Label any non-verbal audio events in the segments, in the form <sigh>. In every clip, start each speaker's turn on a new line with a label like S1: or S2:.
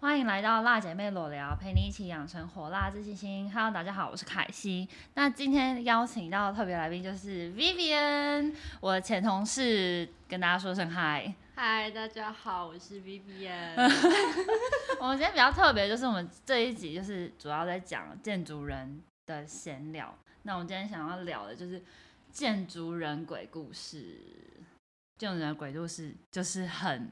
S1: 欢迎来到辣姐妹裸聊，陪你一起养成火辣自信心。Hello，大家好，我是凯西。那今天邀请到特别来宾就是 Vivian，我的前同事，跟大家说声嗨。
S2: 嗨，大家好，我是 Vivian。
S1: <laughs> 我们今天比较特别，就是我们这一集就是主要在讲建筑人的闲聊。那我们今天想要聊的就是建筑人鬼故事。建筑人的鬼故事就是很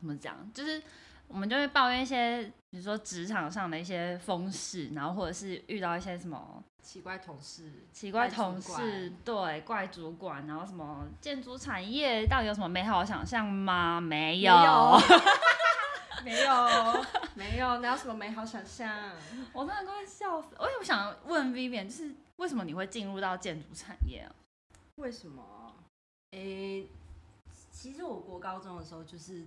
S1: 怎么讲，就是我们就会抱怨一些，比如说职场上的一些风事，然后或者是遇到一些什么
S2: 奇怪同事，
S1: 奇怪
S2: 怪主
S1: 同事，对，怪主管，然后什么建筑产业到底有什么美好的想象吗？没有。
S2: <laughs> 没有，没有，哪有什么美好想象？
S1: <laughs> 我真的都会笑死。我有想问 Vivian，就是为什么你会进入到建筑产业啊？
S2: 为什么？诶、其实我国高中的时候就是，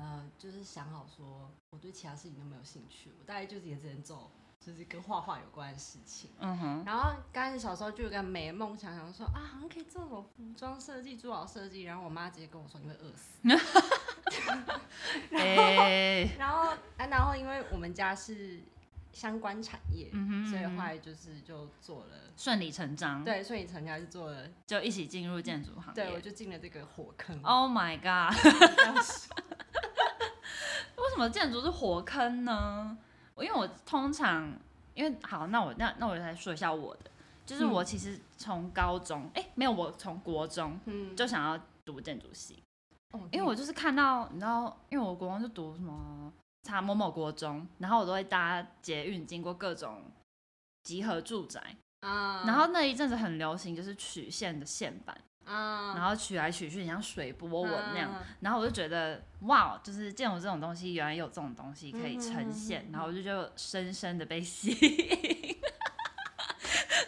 S2: 呃，就是想好说，我对其他事情都没有兴趣，我大概就是也只能走，就是跟画画有关的事情。
S1: 嗯哼，
S2: 然后刚开始小时候就有个美梦想，想说啊，好像可以做什么服装设计、珠宝设计。然后我妈直接跟我说，你会饿死。 <laughs>
S1: 哎、
S2: 然后，啊、然后因为我们家是相关产业，
S1: 嗯哼，
S2: 所以后
S1: 嗯哼嗯
S2: 来就是就做了，
S1: 顺理成章，，
S2: 对，所以成家就做了，
S1: 就一起进入建筑行业。
S2: 对我就进了这个火坑。
S1: Oh my god！
S2: 这样说
S1: 为什么建筑是火坑呢？我因为我通常因为好，那我那那我来说一下我的，就是我其实从高中，哎、没有，我从国中
S2: <laughs> 嗯，
S1: 就想要读建筑系，
S2: 哦
S1: 因为我就是看到，你知道，因为我国中就读什么查某某国中，然后我都会搭捷运经过各种集合住宅，
S2: 啊，
S1: 然后那一阵子很流行就是曲线的线板，
S2: 啊，
S1: 然后曲来曲去，很像水波纹那样，
S2: 啊
S1: 然后我就觉得哇，哦就是建筑这种东西原来有这种东西可以呈现，
S2: 嗯
S1: 然后我就就深深的被吸引， <laughs>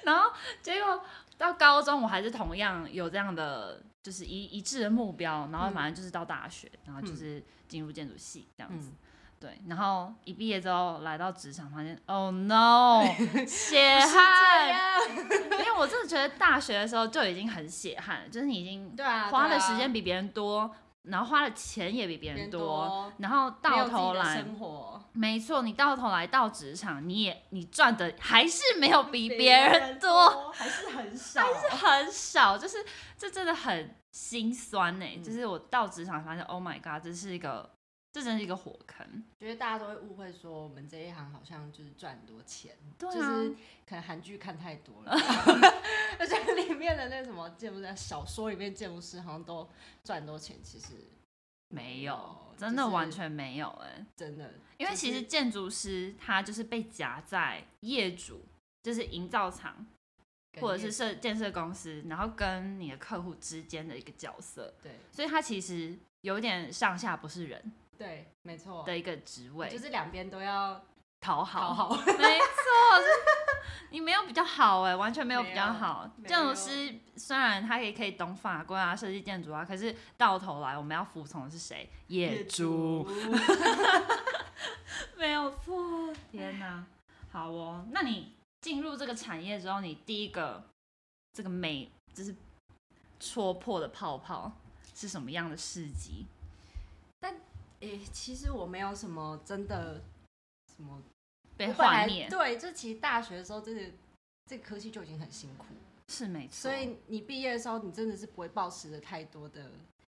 S1: 然后结果到高中我还是同样有这样的就是一一致的目标，
S2: 嗯
S1: 然后反正就是到大学，然后就是进入建筑系这样子。
S2: 嗯，
S1: 对，然后一毕业之后来到职场，发现 Oh
S2: <laughs>
S1: no，血
S2: 是这
S1: 汗，
S2: 样
S1: 因为我真的觉得大学的时候就已经很血汗了，就是你已经
S2: 对啊，
S1: 花
S2: 对
S1: 的
S2: 啊
S1: 时间比别人多，然后花的钱也比别
S2: 人
S1: 人
S2: 多，
S1: 多，然后
S2: 没
S1: 到
S2: 有自己
S1: 头
S2: 的
S1: 来，
S2: 生活
S1: 没错，你到头来到职场，你也你赚的还是没有比别人
S2: 人
S1: 多，，
S2: 还是很少，
S1: 很少，就是这真的很心酸呢、欸
S2: 嗯
S1: 就是我到职场发现，Oh my god，这是一个，这真是一个火坑。
S2: 觉得大家都会误会说我们这一行好像就是赚很多钱，
S1: 对啊，
S2: 就是可能韩剧看太
S1: <laughs>
S2: 多了，而且里面的那什么建筑师小说里面建筑师好像都赚很多钱，其实
S1: 没有，
S2: 就
S1: 真的
S2: 是
S1: 完全没有哎、
S2: 真的，
S1: 因为
S2: 就
S1: 其实
S2: 是
S1: 建筑师他就是被夹在业主，就是营造厂
S2: 跟
S1: 或者
S2: 业
S1: 是设建设公司，然后跟你的客户之间的一个角色，
S2: 对
S1: 所以他其实有点上下不是人
S2: 对，没错，
S1: 的一个职位，
S2: 就是两边都要
S1: 讨好，
S2: 讨好，
S1: <laughs> 没错，就是你没有比较好哎、完全没有比较好。
S2: 没有
S1: 建筑师虽然他也可以懂法规啊、设计建筑啊，可是到头来我们要服从的是谁？业主， <laughs>
S2: <laughs>
S1: 没有错。天哪，好哦，那你进入这个产业之后，你第一个这个美就是戳破的泡泡是什么样的事迹？
S2: 诶、其实我没有什么真的什么
S1: 被
S2: 我本来
S1: 幻灭
S2: 对，就其实大学的时候真的。这个科系就已经很辛苦，
S1: 是没错，
S2: 所以你毕业的时候，你真的是不会抱持着太多的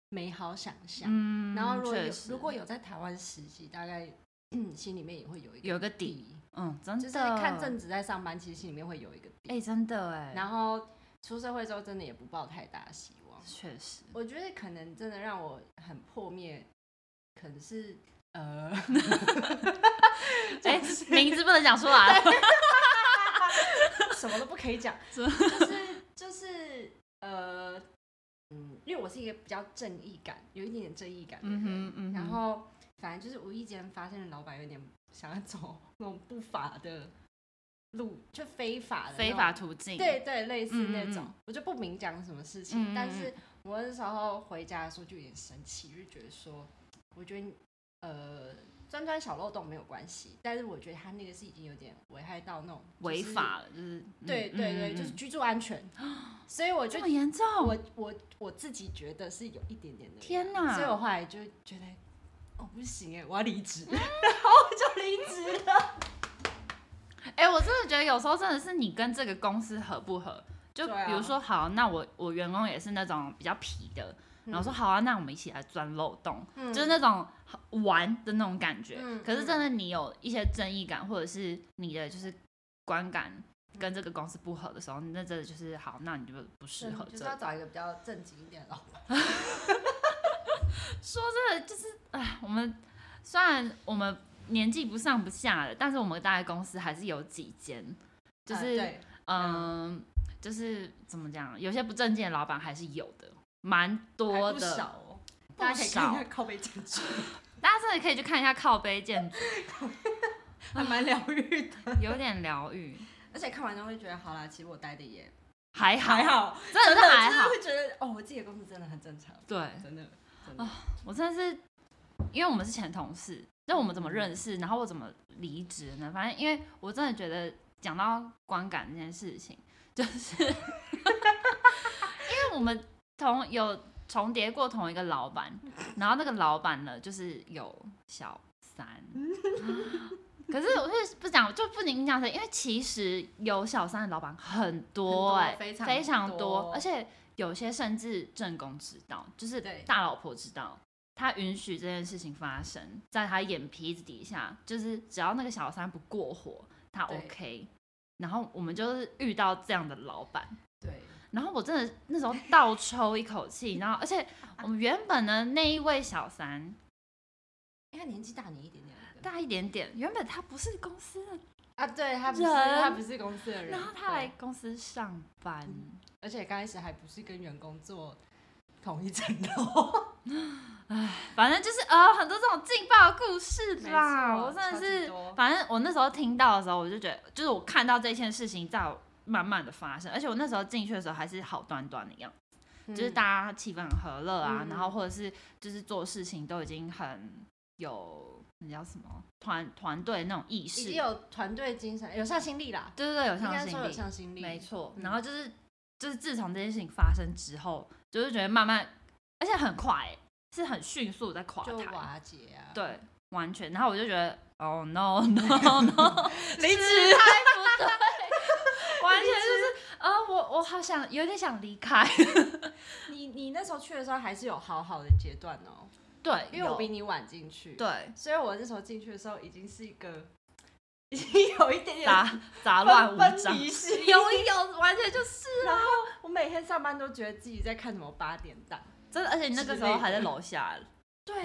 S2: 美好想象。
S1: 嗯，
S2: 然后如果
S1: 确
S2: 有
S1: 实
S2: 如果有在台湾实习，大概嗯心里面也会有一个
S1: 有个底，
S2: 底，
S1: 嗯，真的
S2: 就是看正职在上班，其实心里面会有一个
S1: 哎、
S2: 底。
S1: 真的哎、
S2: 然后出社会之后，真的也不抱太大希望。
S1: 确实，
S2: 我觉得可能真的让我很破灭，可能是呃， <laughs>
S1: 哎、
S2: 就是
S1: 名字不能讲出来，
S2: <laughs> 什么都不可以
S1: <laughs>
S2: 讲，
S1: 真
S2: 就是就是呃，嗯，因为我是一个比较正义感，有一点点正义感的人，
S1: 嗯哼嗯哼
S2: 然后反正就是无意间发现了老板有点想要走那种不法的路，就非法的那种
S1: 非法途径，
S2: 对对，类似那
S1: 嗯
S2: 种，
S1: 嗯嗯
S2: 我就不明讲什么事
S1: 嗯
S2: 情，
S1: 嗯嗯
S2: 但是我那时候回家的时候就有点生气，就觉得说，我觉得你呃钻钻小漏洞没有关系，但是我觉得他那个是已经有点危害到那种就是
S1: 违法了，就是
S2: 对
S1: 嗯
S2: 对
S1: 嗯
S2: 对，
S1: 嗯
S2: 就是
S1: 嗯啊
S2: 居住安全，所以我就
S1: 这么严重，
S2: 我我我自己觉得是有一点点的，
S1: 天哪
S2: 所以我后来就觉得。哦不行哎，我要离职，然后我就离职了。
S1: 哎、我真的觉得有时候真的是你跟这个公司合不合，就
S2: 对啊
S1: 比如说、好，那我我员工也是那种比较皮的，然后说好啊，那我们一起来钻漏洞，
S2: 嗯
S1: 就是那种玩的那种感觉。
S2: 嗯
S1: 可是真的你有一些争议感，或者是你的就是观感跟这个公司不合的时候，那真的就是好，那你就不适合
S2: 嗯
S1: 这
S2: 就是
S1: 里
S2: 要找一个比较正经一点的老板。
S1: 说真的，就是哎，我们虽然我们年纪不上不下的，但是我们大概公司还是有几间，就
S2: 呃
S1: 是、
S2: 对
S1: 嗯，就是怎么讲，有些不正经的老板还是有的，蛮
S2: 还
S1: 多
S2: 不
S1: 的。
S2: 少哦，大家可以看一下靠背建筑，
S1: 大家真的可以去看一下靠背建筑，
S2: 还蛮疗愈 <laughs> 的。
S1: 有点疗愈，
S2: 而且看完之后会觉得，好啦，其实我待的也
S1: 还好，
S2: 还好，
S1: 真的是还
S2: 真
S1: 好
S2: 的。会觉得哦，我自己的公司真的很正常，
S1: 对啊
S2: 真的真的。
S1: 我真的是，因为我们是前同事，那我们怎么认识，然后我怎么离职呢？反正因为我真的觉得讲到观感这件事情，就是 <laughs> 因为我们同有重叠过同一个老板，然后那个老板呢，就是有小
S2: <laughs>
S1: 三。可是我是不讲，就不影响谁，因为其实有小三的老板很多哎、
S2: 很多非常
S1: 非常多，
S2: 多
S1: 而且有些甚至正宫知道，就是
S2: 对
S1: 大老婆知道，她允许这件事情发生在她眼皮子底下，就是只要那个小三不过火，她
S2: 对
S1: OK。然后我们就是遇到这样的老板，
S2: 对，
S1: 然后我真的那时候倒抽一口气，然后而且我们原本呢那一位小三
S2: 因为他年纪大你一点点的，
S1: 大一点点，原本他不是公司的，
S2: 啊，对他不是
S1: 人
S2: 他不是公司的人，
S1: 然后他来
S2: 对，
S1: 公司上班，
S2: 而且刚开始还不是跟员工做同一层楼，
S1: 反正就是呃很多这种劲爆的故事啦，
S2: 没错
S1: 我真的
S2: 超级
S1: 是
S2: 多，
S1: 反正我那时候听到的时候，我就觉得，就是我看到这件事情在我慢慢的发生，而且我那时候进去的时候还是好端端的样子，就是
S2: 嗯
S1: 大家气氛很和乐啊，
S2: 嗯
S1: 然后或者是就是做事情都已经很有那叫什么团团队那种意识，
S2: 已经
S1: 对
S2: 有团队精神，有向心力啦，
S1: 对对，有
S2: 应该
S1: 向心
S2: 说有
S1: 力，
S2: 向心力，
S1: 没错。
S2: 嗯
S1: 然后就是就是自从这件事情发生之后，就是觉得慢慢，而且很快、是很迅速地在垮
S2: 就
S1: 台，
S2: 瓦解啊，
S1: 对，完全。然后我就觉得，哦 no no no，
S2: <laughs> 离
S1: 是
S2: 职，
S1: 不对，完全就是啊、呃我我好想有点想离开。 <laughs>
S2: <laughs> 你你那时候去的时候还是有好好的阶段哦，
S1: 对，
S2: 因为我
S1: 有
S2: 比你晚进去，，
S1: 对
S2: 所以我那时候进去的时候已经是一个已经有一点点
S1: 杂杂
S2: 纷
S1: 乱无
S2: 分
S1: 章，
S2: <laughs> 离
S1: <laughs>
S2: 式
S1: 有有，完全就是
S2: 然后我每天上班都觉得自己在看什么八点档。
S1: 真的，而且你那个时候还在楼下，
S2: 对，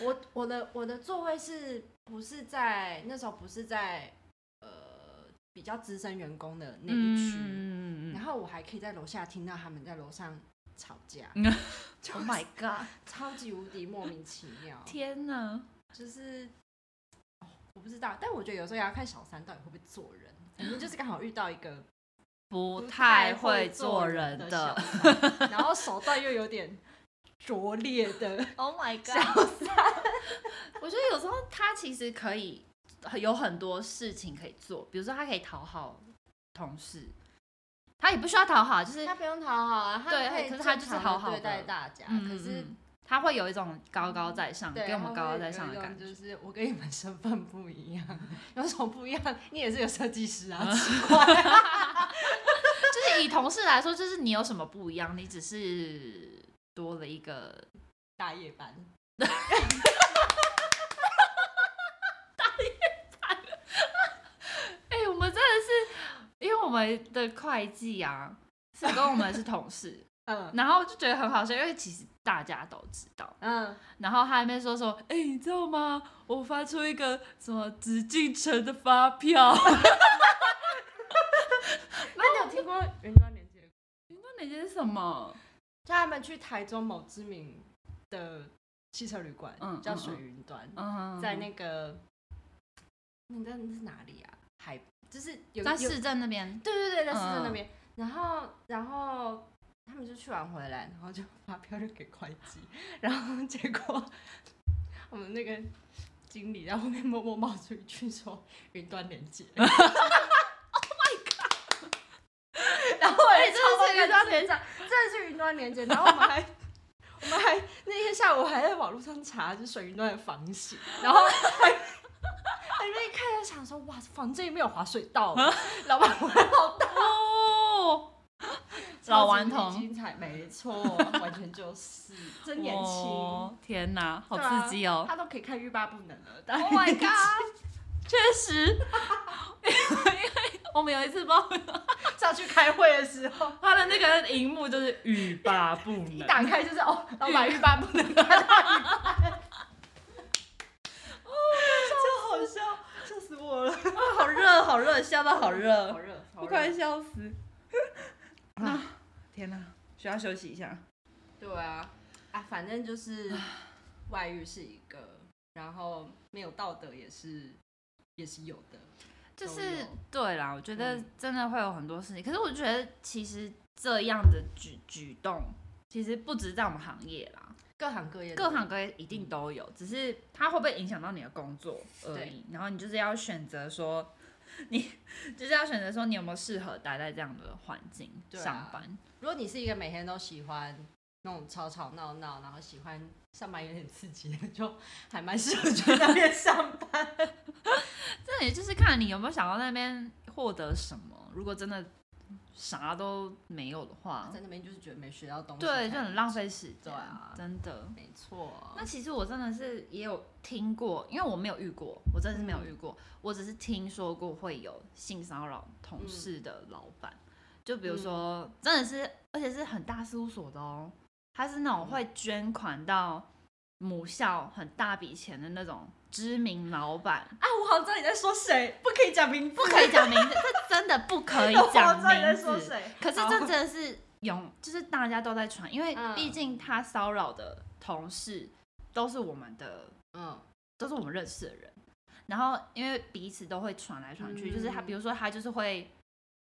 S2: 我我的我的座位是不是在那时候不是在呃比较资深员工的那一区？
S1: 嗯
S2: 然后我还可以在楼下听到他们在楼上吵
S1: <laughs>
S2: 架， <laughs> 就
S1: ，Oh my god，
S2: <laughs> 超级无敌莫名其妙，
S1: 天哪！
S2: 就是、哦我不知道，但我觉得有时候也要看小三到底会不会做人，反正就是刚好遇到一个
S1: 不
S2: 太
S1: 太会
S2: 做
S1: 做人
S2: 的
S1: 的 <laughs>
S2: 小三，然后手段又有点拙劣
S1: <laughs>
S2: 的
S1: Oh my
S2: 小
S1: god！
S2: 三，
S1: <laughs> 我觉得有时候他其实可以有很多事情可以做，比如说他可以讨好同事，他也不需要讨好，就是
S2: 他不用讨好啊，他
S1: 对
S2: 可以
S1: 可是他
S2: 正
S1: 就是
S2: 常地
S1: 好好
S2: 对待
S1: 的
S2: 大家，
S1: 嗯，
S2: 可是
S1: 嗯他会有一种高高在上，
S2: 对，
S1: 给我们
S2: 他
S1: 高
S2: 会
S1: 高在
S2: 有
S1: 上
S2: 一
S1: 的
S2: 种
S1: 感觉。
S2: 就是我跟你们身份不一样，有什么不一样？你也是个设计师
S1: 嗯
S2: 啊，奇怪、
S1: 就是以同事来说，就是你有什么不一样？你只是多了一个
S2: 大夜班，
S1: 哎、我们真的是，因为我们的会计啊，是跟我们是同事，
S2: 嗯
S1: 然后就觉得很好笑，因为其实大家都知道。
S2: 嗯，
S1: 然后他还没说说，哎、你知道吗？我发出一个什么紫禁城的发票， <laughs>
S2: 那你有听过云端连接？
S1: 那你这是什么？
S2: 就他们去台中某知名的汽车旅馆，
S1: 嗯
S2: 叫
S1: 嗯
S2: 水
S1: 嗯
S2: 云端，
S1: 嗯，
S2: 在那个，你知道那是哪里啊？海，就是有
S1: 在
S2: 有
S1: 市政那 <laughs> 边，
S2: 对对对，在市
S1: 嗯
S2: 政那
S1: 嗯
S2: 边。然后，然后他们就去完回来，然后就把票就给会计，然后结果我们那个经理在后面默默冒出一句说云端连接。Oh <laughs> my god！然后我也
S1: 哎这是
S2: 超
S1: 云端
S2: <laughs> 连接，真的是云端连接。然后我们还我我们还那天下午还在网络上查，就是水云端的房型，
S1: 然
S2: <laughs>
S1: 后
S2: 还在那边看，想说哇，房间里面有滑水 <laughs> 道，老板玩好大，
S1: 哦，老顽
S2: 超级
S1: 童
S2: 精彩，没错，完全就是真年轻，
S1: 哦天哪，好
S2: 对啊
S1: 刺激哦！
S2: 他都可以看欲罢不能了。但
S1: Oh my god！确实， <laughs> 因为我们有一次不知道
S2: 上去开会的时候，
S1: 他的那个荧幕就是欲罢不
S2: 一
S1: 能，
S2: 打开就是哦，老板欲罢不能，他到底
S3: 超好笑，笑死我了！啊，好热，好热，笑到好热
S2: 好，热，好
S3: 我快
S2: 热。
S3: 笑死！啊，天哪，需要休息一下。
S2: 对啊，啊，反正就是外遇是一个，然后没有道德也是也是有的。
S1: 就是对啦，我觉得
S2: 嗯
S1: 真的会有很多事情，可是我觉得其实这样的举举动，其实不止在我们行业啦，
S2: 各行各业的
S1: 各行各业一定都有，只是它会不会影响到你的工作而已。然后你就是要选择说，你就是要选择说你有没有适合待在这样的环境
S2: 对啊
S1: 上班。
S2: 如果你是一个每天都喜欢那种吵吵闹闹，然后喜欢上班有点刺激的，就还蛮适合去那边上班。
S1: 这也就是看你有没有想要那边获得什么。如果真的啥都没有的话，
S2: 在那边就是觉得没学到东西，
S1: 对，就很浪。费时间，
S2: 对啊
S1: 真的。
S2: 没错，啊
S1: 那其实我真的是也有听过，因为我没有遇过，我真的是没有
S2: 嗯
S1: 遇过，我只是听说过会有性骚扰同
S2: 嗯
S1: 事的老板，就比如说、真的是，而且是很大事务所的哦，他是
S2: 嗯
S1: 那种会捐款到母校很大笔钱的那种知名老板，
S2: 啊，我好像知道你在说谁，不可以讲名字，
S1: 不可以讲名字，这真的不
S2: <laughs>
S1: 可以
S2: 我好
S1: 讲
S2: 知道你
S1: 名
S2: 在说
S1: 字。
S2: 谁。
S1: 可是这
S2: <laughs>
S1: 真的是有，就是大家都在传，因为
S2: 嗯
S1: 毕竟他骚扰的同事都是我们的
S2: 嗯，
S1: 都是我们认识的人，然后因为彼此都会传来传去，
S2: 嗯
S1: 就是他，比如说他就是会，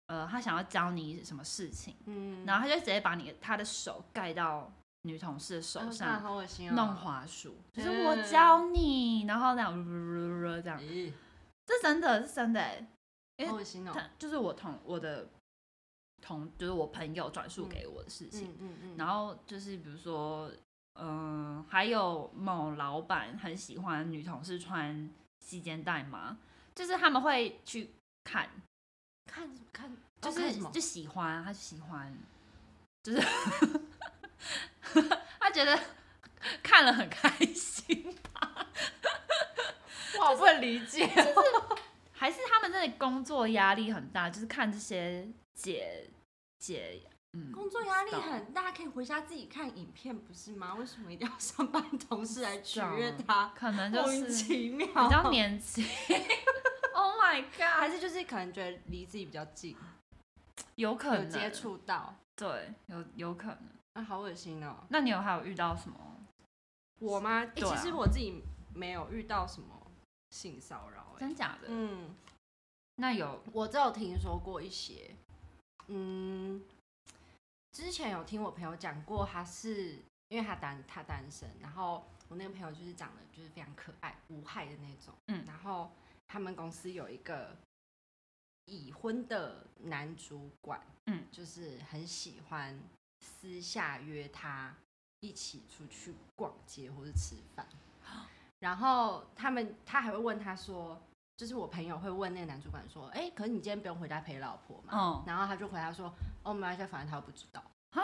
S1: 呃，他想要教你什么事情，
S2: 嗯
S1: 然后他就直接把你他的手盖到女同事的手
S2: 啊
S1: 上，
S2: 好恶心哦，
S1: 弄滑鼠，就
S2: 嗯
S1: 是我教你，然后那样这样，
S2: 咦，
S1: 这真的是真的欸，因为
S2: 好恶心哦。
S1: 他就是我同我的同就是我朋友转述给我的事情，
S2: 嗯嗯嗯，
S1: 然后就是比如说，嗯、还有某老板很喜欢女同事穿细肩带嘛，就是他们会去看，
S2: 看哦看
S1: 就、
S2: 就是是什么
S1: 就喜欢，他就喜欢，就是 <laughs> 他觉得看了很开心， <laughs>
S2: 哇，我不能理解。
S1: 还是他们真的工作压力很大，就是看这些姐姐，嗯，
S2: 工作压力
S1: 不知道
S2: 很大，可以回家自己看影片，不是吗？为什么一定要上班同事来取悦
S1: 爽
S2: 他？
S1: 可能就
S2: 莫
S1: 是
S2: 名
S1: 比
S2: 其妙，
S1: 较年轻 <laughs> ，Oh my god，
S2: 还是就是可能觉得离自己比较近，
S1: 有可
S2: 有
S1: 能
S2: 接触到，
S1: 对，有有可能。
S2: 啊，好恶心哦。
S1: 那你有还有遇到什么？
S2: 我吗？欸
S1: 对啊
S2: 其实我自己没有遇到什么性骚扰、欸，
S1: 真假的？
S2: 嗯，
S1: 那有
S2: 我只有听说过一些，嗯，之前有听我朋友讲过，他是因为他单他单身，然后我那个朋友就是长得就是非常可爱无害的那种，
S1: 嗯
S2: 然后他们公司有一个已婚的男主管，
S1: 嗯，
S2: 就是很喜欢私下约他一起出去逛街或是吃
S1: <gasps>
S2: 饭，然后他们他还会问他说。就是我朋友会问那个男主管说：“哎、可是你今天不用回家陪老婆嘛？”
S1: 嗯
S2: 然后他就回答说：“哦，没关系，反正他又不知道
S1: 啊，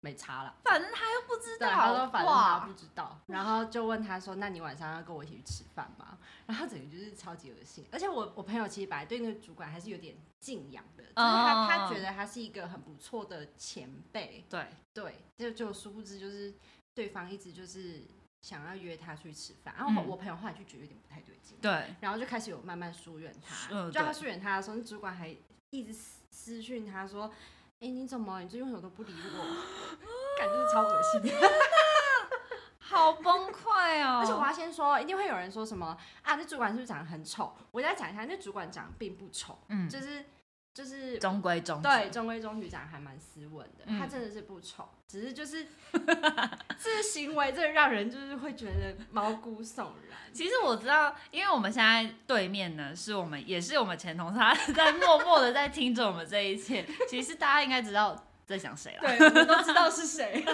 S2: 没差了。
S1: 反正他又不知”
S2: 对，
S1: 道，
S2: 他说：“反正他
S1: 哇
S2: 不，知道。”然后就问他说：“那你晚上要跟我一起去吃饭吗？”然后他整个就是超级恶心。而且我我朋友其实本来对那个主管还是有点敬仰的，就是他、
S1: 嗯
S2: 他觉得他是一个很不错的前辈，
S1: 对，
S2: 对，就就殊不知就是对方一直就是想要约他出去吃饭，然后我
S1: 嗯
S2: 我朋友后来就觉得有点不太对劲，
S1: 对，
S2: 然后就开始有慢慢疏远他。
S1: 嗯
S2: 就
S1: 对
S2: 他疏远他的时候，那主管还一直私私讯他说：“哎、你怎么？你最近为什么都不理我？”感觉超恶心 <laughs> 的。
S1: 好崩溃 <laughs> 哦。
S2: 而且我要先说，一定会有人说什么啊？那主管是不是长得很丑？我再讲一下，那主管长得并不丑，
S1: 嗯，
S2: 就是就是
S1: 中规中矩，
S2: 对，中规中矩，长得还蛮斯文的。他
S1: 嗯
S2: 真的是不丑，只是就是这行为，真的让人就是会觉得毛骨悚然。
S1: 其实我知道，因为我们现在对面呢是 <laughs> 我们也是我们前同事，他在默默的在听着我们这一切。其实大家应该知道在想谁啦，
S2: <laughs> 对，我们都知道是谁，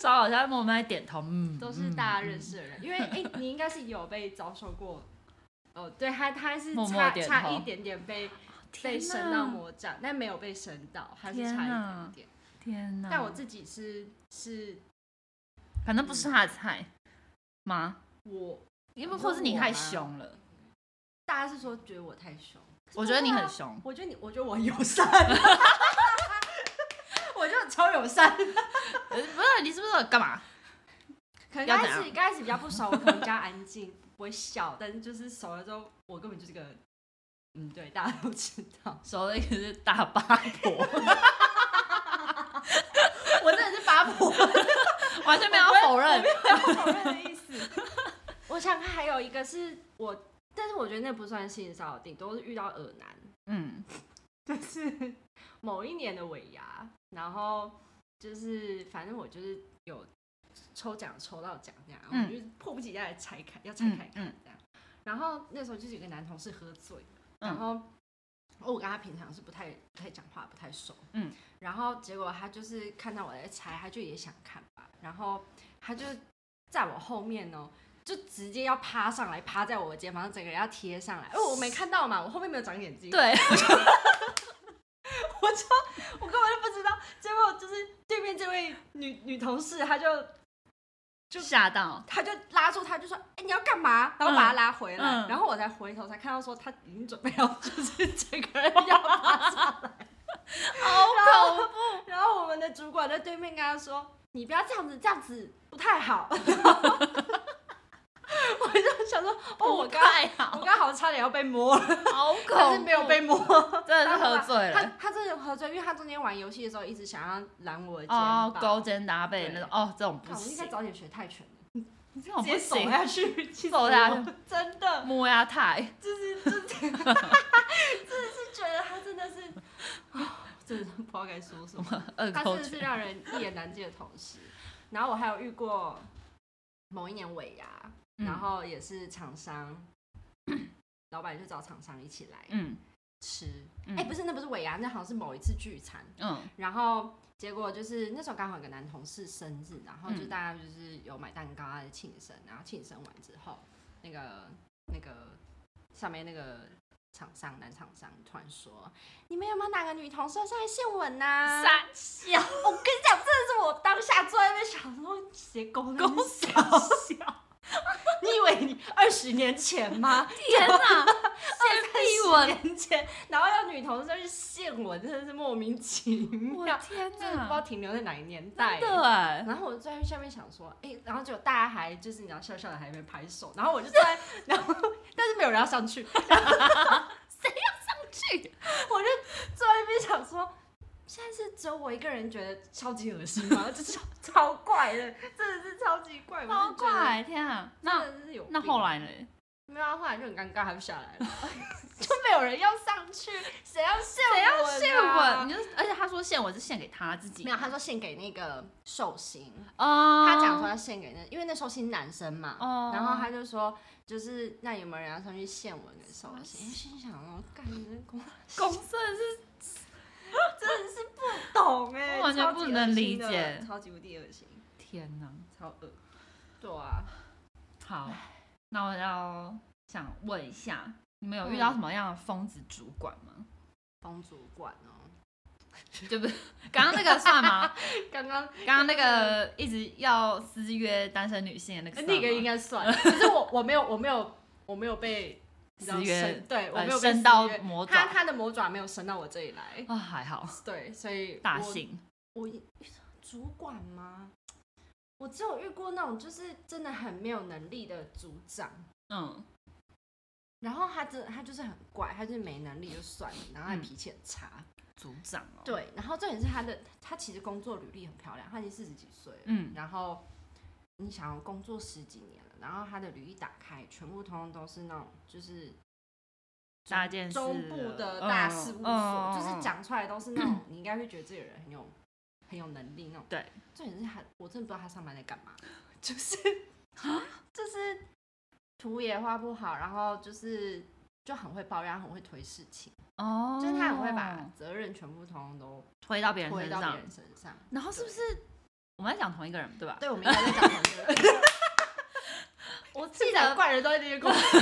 S1: 超好笑，默默在点头，嗯，
S2: 都是大家认
S1: 识。
S2: 识的人。因为哎、你应该是有被遭受过，哦，对，他他是
S3: 默默
S2: 差
S3: 点
S2: 差
S3: 头
S2: 一点点被
S1: 天
S2: 被升
S1: 哪
S2: 到魔掌，但没有被升到，还是
S1: 天
S2: 差一
S1: 哪
S2: 点点。
S1: 天哪！嗯
S2: 但我自己是是
S1: 反正不是他的菜吗？
S2: 我，
S1: 因为
S2: 你说
S1: 或是你
S2: 我
S1: 太
S2: 吗
S1: 凶了，
S2: 大家是说觉得我太凶，
S1: 我觉得你
S2: 不会
S1: 很
S2: 啊
S1: 凶。
S2: 我觉得你，我觉得我很友
S1: <laughs>
S2: 善，我觉得超友善。
S1: 呃不是你是不是干嘛？
S2: 可能
S1: 要
S2: 刚
S1: 怎
S2: 开始
S1: 样
S2: 刚开始比较不熟，我可能比较安静，不会笑，但是就是熟了之后，我根本就是个，嗯，对，大家都知道，
S1: 熟的一个是大八 <laughs> 婆，
S2: 我真的是八婆，
S1: 完全没有否认。
S2: 没有否认的意思。我想看还有一个是我，但是我觉得那不算性骚扰，顶多是遇到耳男。
S1: 嗯，
S2: 就是 <laughs> 某一年的尾牙，然后就是反正我就是有抽奖抽到奖这样，
S1: 嗯
S2: 我就是迫不及待地拆开，要拆开
S1: 嗯嗯
S2: 看这样。然后那时候就是有个男同事喝醉，
S1: 嗯
S2: 然后、哦我跟他平常是不太不太讲话，不太熟，
S1: 嗯。
S2: 然后结果他就是看到我在拆，他就也想看吧，然后他就在我后面哦。就直接要趴上来，趴在我的肩膀上，整个人要贴上来。哦，我没看到嘛，我后面没有长眼睛。
S1: 对，
S2: 我就我根本就不知道，结果就是对面这位女女同事，她就
S1: 就吓到。
S2: 她就拉住她，就说：“哎、你要干嘛？”然后把她拉回来，
S1: 嗯嗯
S2: 然后我才回头才看到说她已经准备要就是整个人要爬上来，好恐怖。然后我们的主管在对面跟她说：“你不要这样子，这样子不太 <laughs> 好。”我就想说，哦，我
S1: 不
S2: 刚
S1: 太
S2: 我
S1: 好，
S2: 刚好像差点要被摸了，
S1: 好恐怖，
S2: 但是没有被摸。
S1: 真的
S2: 然
S1: 是
S2: 后
S1: 喝
S2: 他
S1: 醉
S2: 他
S1: 了。
S2: 他真的喝醉，因为他中间玩游戏的时候一直想要拦我的肩膀。
S1: 哦，勾肩搭背那种，哦，这种不
S2: 看我应该
S1: 行，
S2: 早点学泰拳的，
S1: 这种
S2: 直
S1: 不
S2: 接走
S1: 行，
S2: 下去，气死
S1: 走
S2: 我
S1: 下去，
S2: 真的，
S1: 摸呀太，
S2: <laughs>
S1: <laughs>
S2: 就是 <laughs> 就是，真的是觉得他真的 <laughs> 是，啊真的不知道该说什么，
S1: 二
S2: 他真
S1: 勾
S2: 的是
S1: 拳，
S2: 让人一言难尽的同时。然后我还有遇过某一年尾牙，
S1: 嗯
S2: 然后也是厂商，老板就找厂商一起来
S1: 嗯
S2: 吃，
S1: 嗯
S2: 哎，不是，那不是尾牙，那好像是某一次聚餐，
S1: 嗯
S2: 然后结果就是那时候刚好有个男同事生日，然后就
S1: 嗯
S2: 大家就是有买蛋糕啊庆生，然后庆生完之后，那个那个上面那个厂商男厂商突然说：“你们有没有哪个女同事上来献吻呐、啊
S1: 傻笑，？”
S2: 我跟你讲，真的是我当下坐在那边想说，谁公
S1: 勾
S2: 公
S1: 小笑，
S2: 你以为你二十年前 <laughs> 吗？
S1: 天哪，
S2: 一吻年前，然后要女同事上去献吻，真的是莫名其
S1: <laughs> 我
S2: 妙，
S1: 天
S2: 真的不知道
S1: 哪，
S2: 停留在哪个年代、
S1: 啊真的哎，
S2: 然后我就在下面想说，哎、然后就大家还就是你知道笑笑的还没拍手，然后我就在， <laughs> 然后但是没有人要
S1: <laughs>
S2: 上去，我
S1: 去，
S2: 就坐在那边想说，现在是只有我一个人觉得超级恶心吗？ <laughs> 这超超怪的，真的是超级怪，我
S1: 好
S2: 就觉得，
S1: 怪，天啊，那
S2: 真的是有
S1: 那
S2: 病
S1: 后来呢？
S2: 没有啊，后来就很尴尬，还不下
S1: <laughs>
S2: 来了，就没有人要上去，谁要献
S1: 谁要
S2: 啊
S1: 献吻？你？就而且他说献吻是献给他自己，
S2: 没有，他说献给那个寿星，
S1: 哦，
S2: 他讲说要献给那，因为那寿星男生嘛，
S1: 哦
S2: 然后他就说，就是那有没有人要上去献吻给寿
S1: 什
S2: 星？
S1: 么
S2: 心想哦，干你这公
S1: 公正是
S2: 真的是不懂
S1: <laughs>
S2: 哎、
S1: 我完全不能理解
S2: 超级恶心的超级无敌恶心，
S1: 天哪，
S2: 超恶。对啊，
S1: 好，那我要想问一下，你们有遇到什么样的疯子主管 <laughs> 吗？
S2: 帮主管哦，
S1: 就不是刚刚那个算吗？
S2: 刚刚
S1: 刚刚那个一直要私约单身女性的那个算吗，
S2: 哎那个应该算，
S1: <laughs>
S2: 可是我我没有我没有我没有被你知道
S1: 私约
S2: 伸对我
S1: 呃
S2: 没有被
S1: 伸到
S2: 私约
S1: 魔
S2: 他
S1: 爪
S2: 他的魔爪没有伸到我这里来，
S1: 啊，还好
S2: 对，所以
S1: 大
S2: 我
S1: 幸，
S2: 我遇主管吗？我只有遇过那种就是真的很没有能力的组长，
S1: 嗯
S2: 然后他真他就是很怪，他就是没能力就算了，然后他
S1: 嗯
S2: 脾气很差。
S1: 组长哦，，
S2: 对，然后重点是他的他其实工作履历很漂亮，他已经四十几岁了，
S1: 嗯
S2: 然后你想要工作十几年了，然后他的履历打开，全部通通都是那种就是
S1: 大件事
S2: 中部的大事务所，
S1: 嗯
S2: 就是讲出来都是那种你应该会觉得这个人很有 <coughs> 很有能力那种。
S1: 对，
S2: 重点是他，我真的不知道他上班在干
S1: <laughs>
S2: 嘛， <laughs> 就是就是图也画不好，然后就是就很会抱怨，很会推事情，
S1: 哦，
S2: 就是他很会把责任全部通通都
S1: 推到别人
S2: 推
S1: 身
S2: 到别
S1: 上，
S2: 人身上。
S1: 然后是不是我们在讲同一个人对吧？
S2: 对，我们应该在讲这个。 <laughs>
S1: 我记
S2: 记
S1: 得
S2: 得怪人都在这些公司，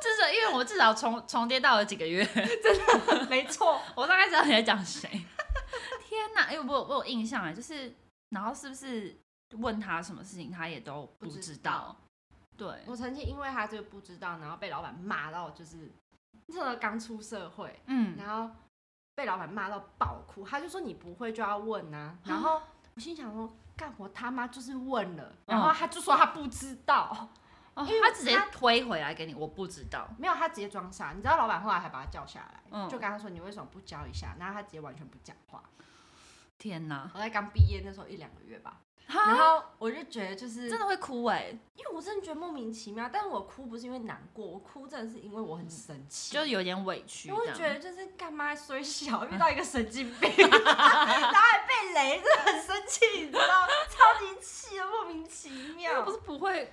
S1: 至少，因为我至少重重叠到了几个月， <laughs>
S2: <laughs> 没错，
S1: 我大概知道你在讲谁。 <laughs> 天哪，因为我有我有印象哎，就是然后是不是问他什么事情，他也都不
S2: 不知
S1: 知
S2: 道
S1: 道。对，
S2: 我曾经因为他这个不知道，然后被老板骂到，就是那时候刚出社会，
S1: 嗯，
S2: 然后被老板骂到爆哭。他就说你不会就要问呐、然后我心想说，干活他妈就是问了，然后他就说他不知道，
S1: 哦
S2: 因为
S1: 他直接
S2: 他
S1: 推回来给你，我不知道。
S2: 没有，他直接装傻。你知道老板后来还把他叫下来，
S1: 嗯
S2: 就跟他说你为什么不教一下？然后他直接完全不讲话。
S1: 天哪，
S2: 我在刚毕业那时候一两个月吧，然
S1: 哈，
S2: 后我就觉得就是
S1: 真的会哭哎，
S2: 因为我真的觉得莫名其妙，但是我哭不是因为难过，我哭真的是因为我很生气，
S1: 嗯就是有点委屈
S2: 因为我
S1: 这
S2: 觉得
S1: 样。
S2: 就是干妈虽小 <laughs> 遇到一个神经病， <laughs> 然后还被雷，真的很生气，你知道，超级气的莫名其
S1: 又
S2: 妙
S1: 不。是不会，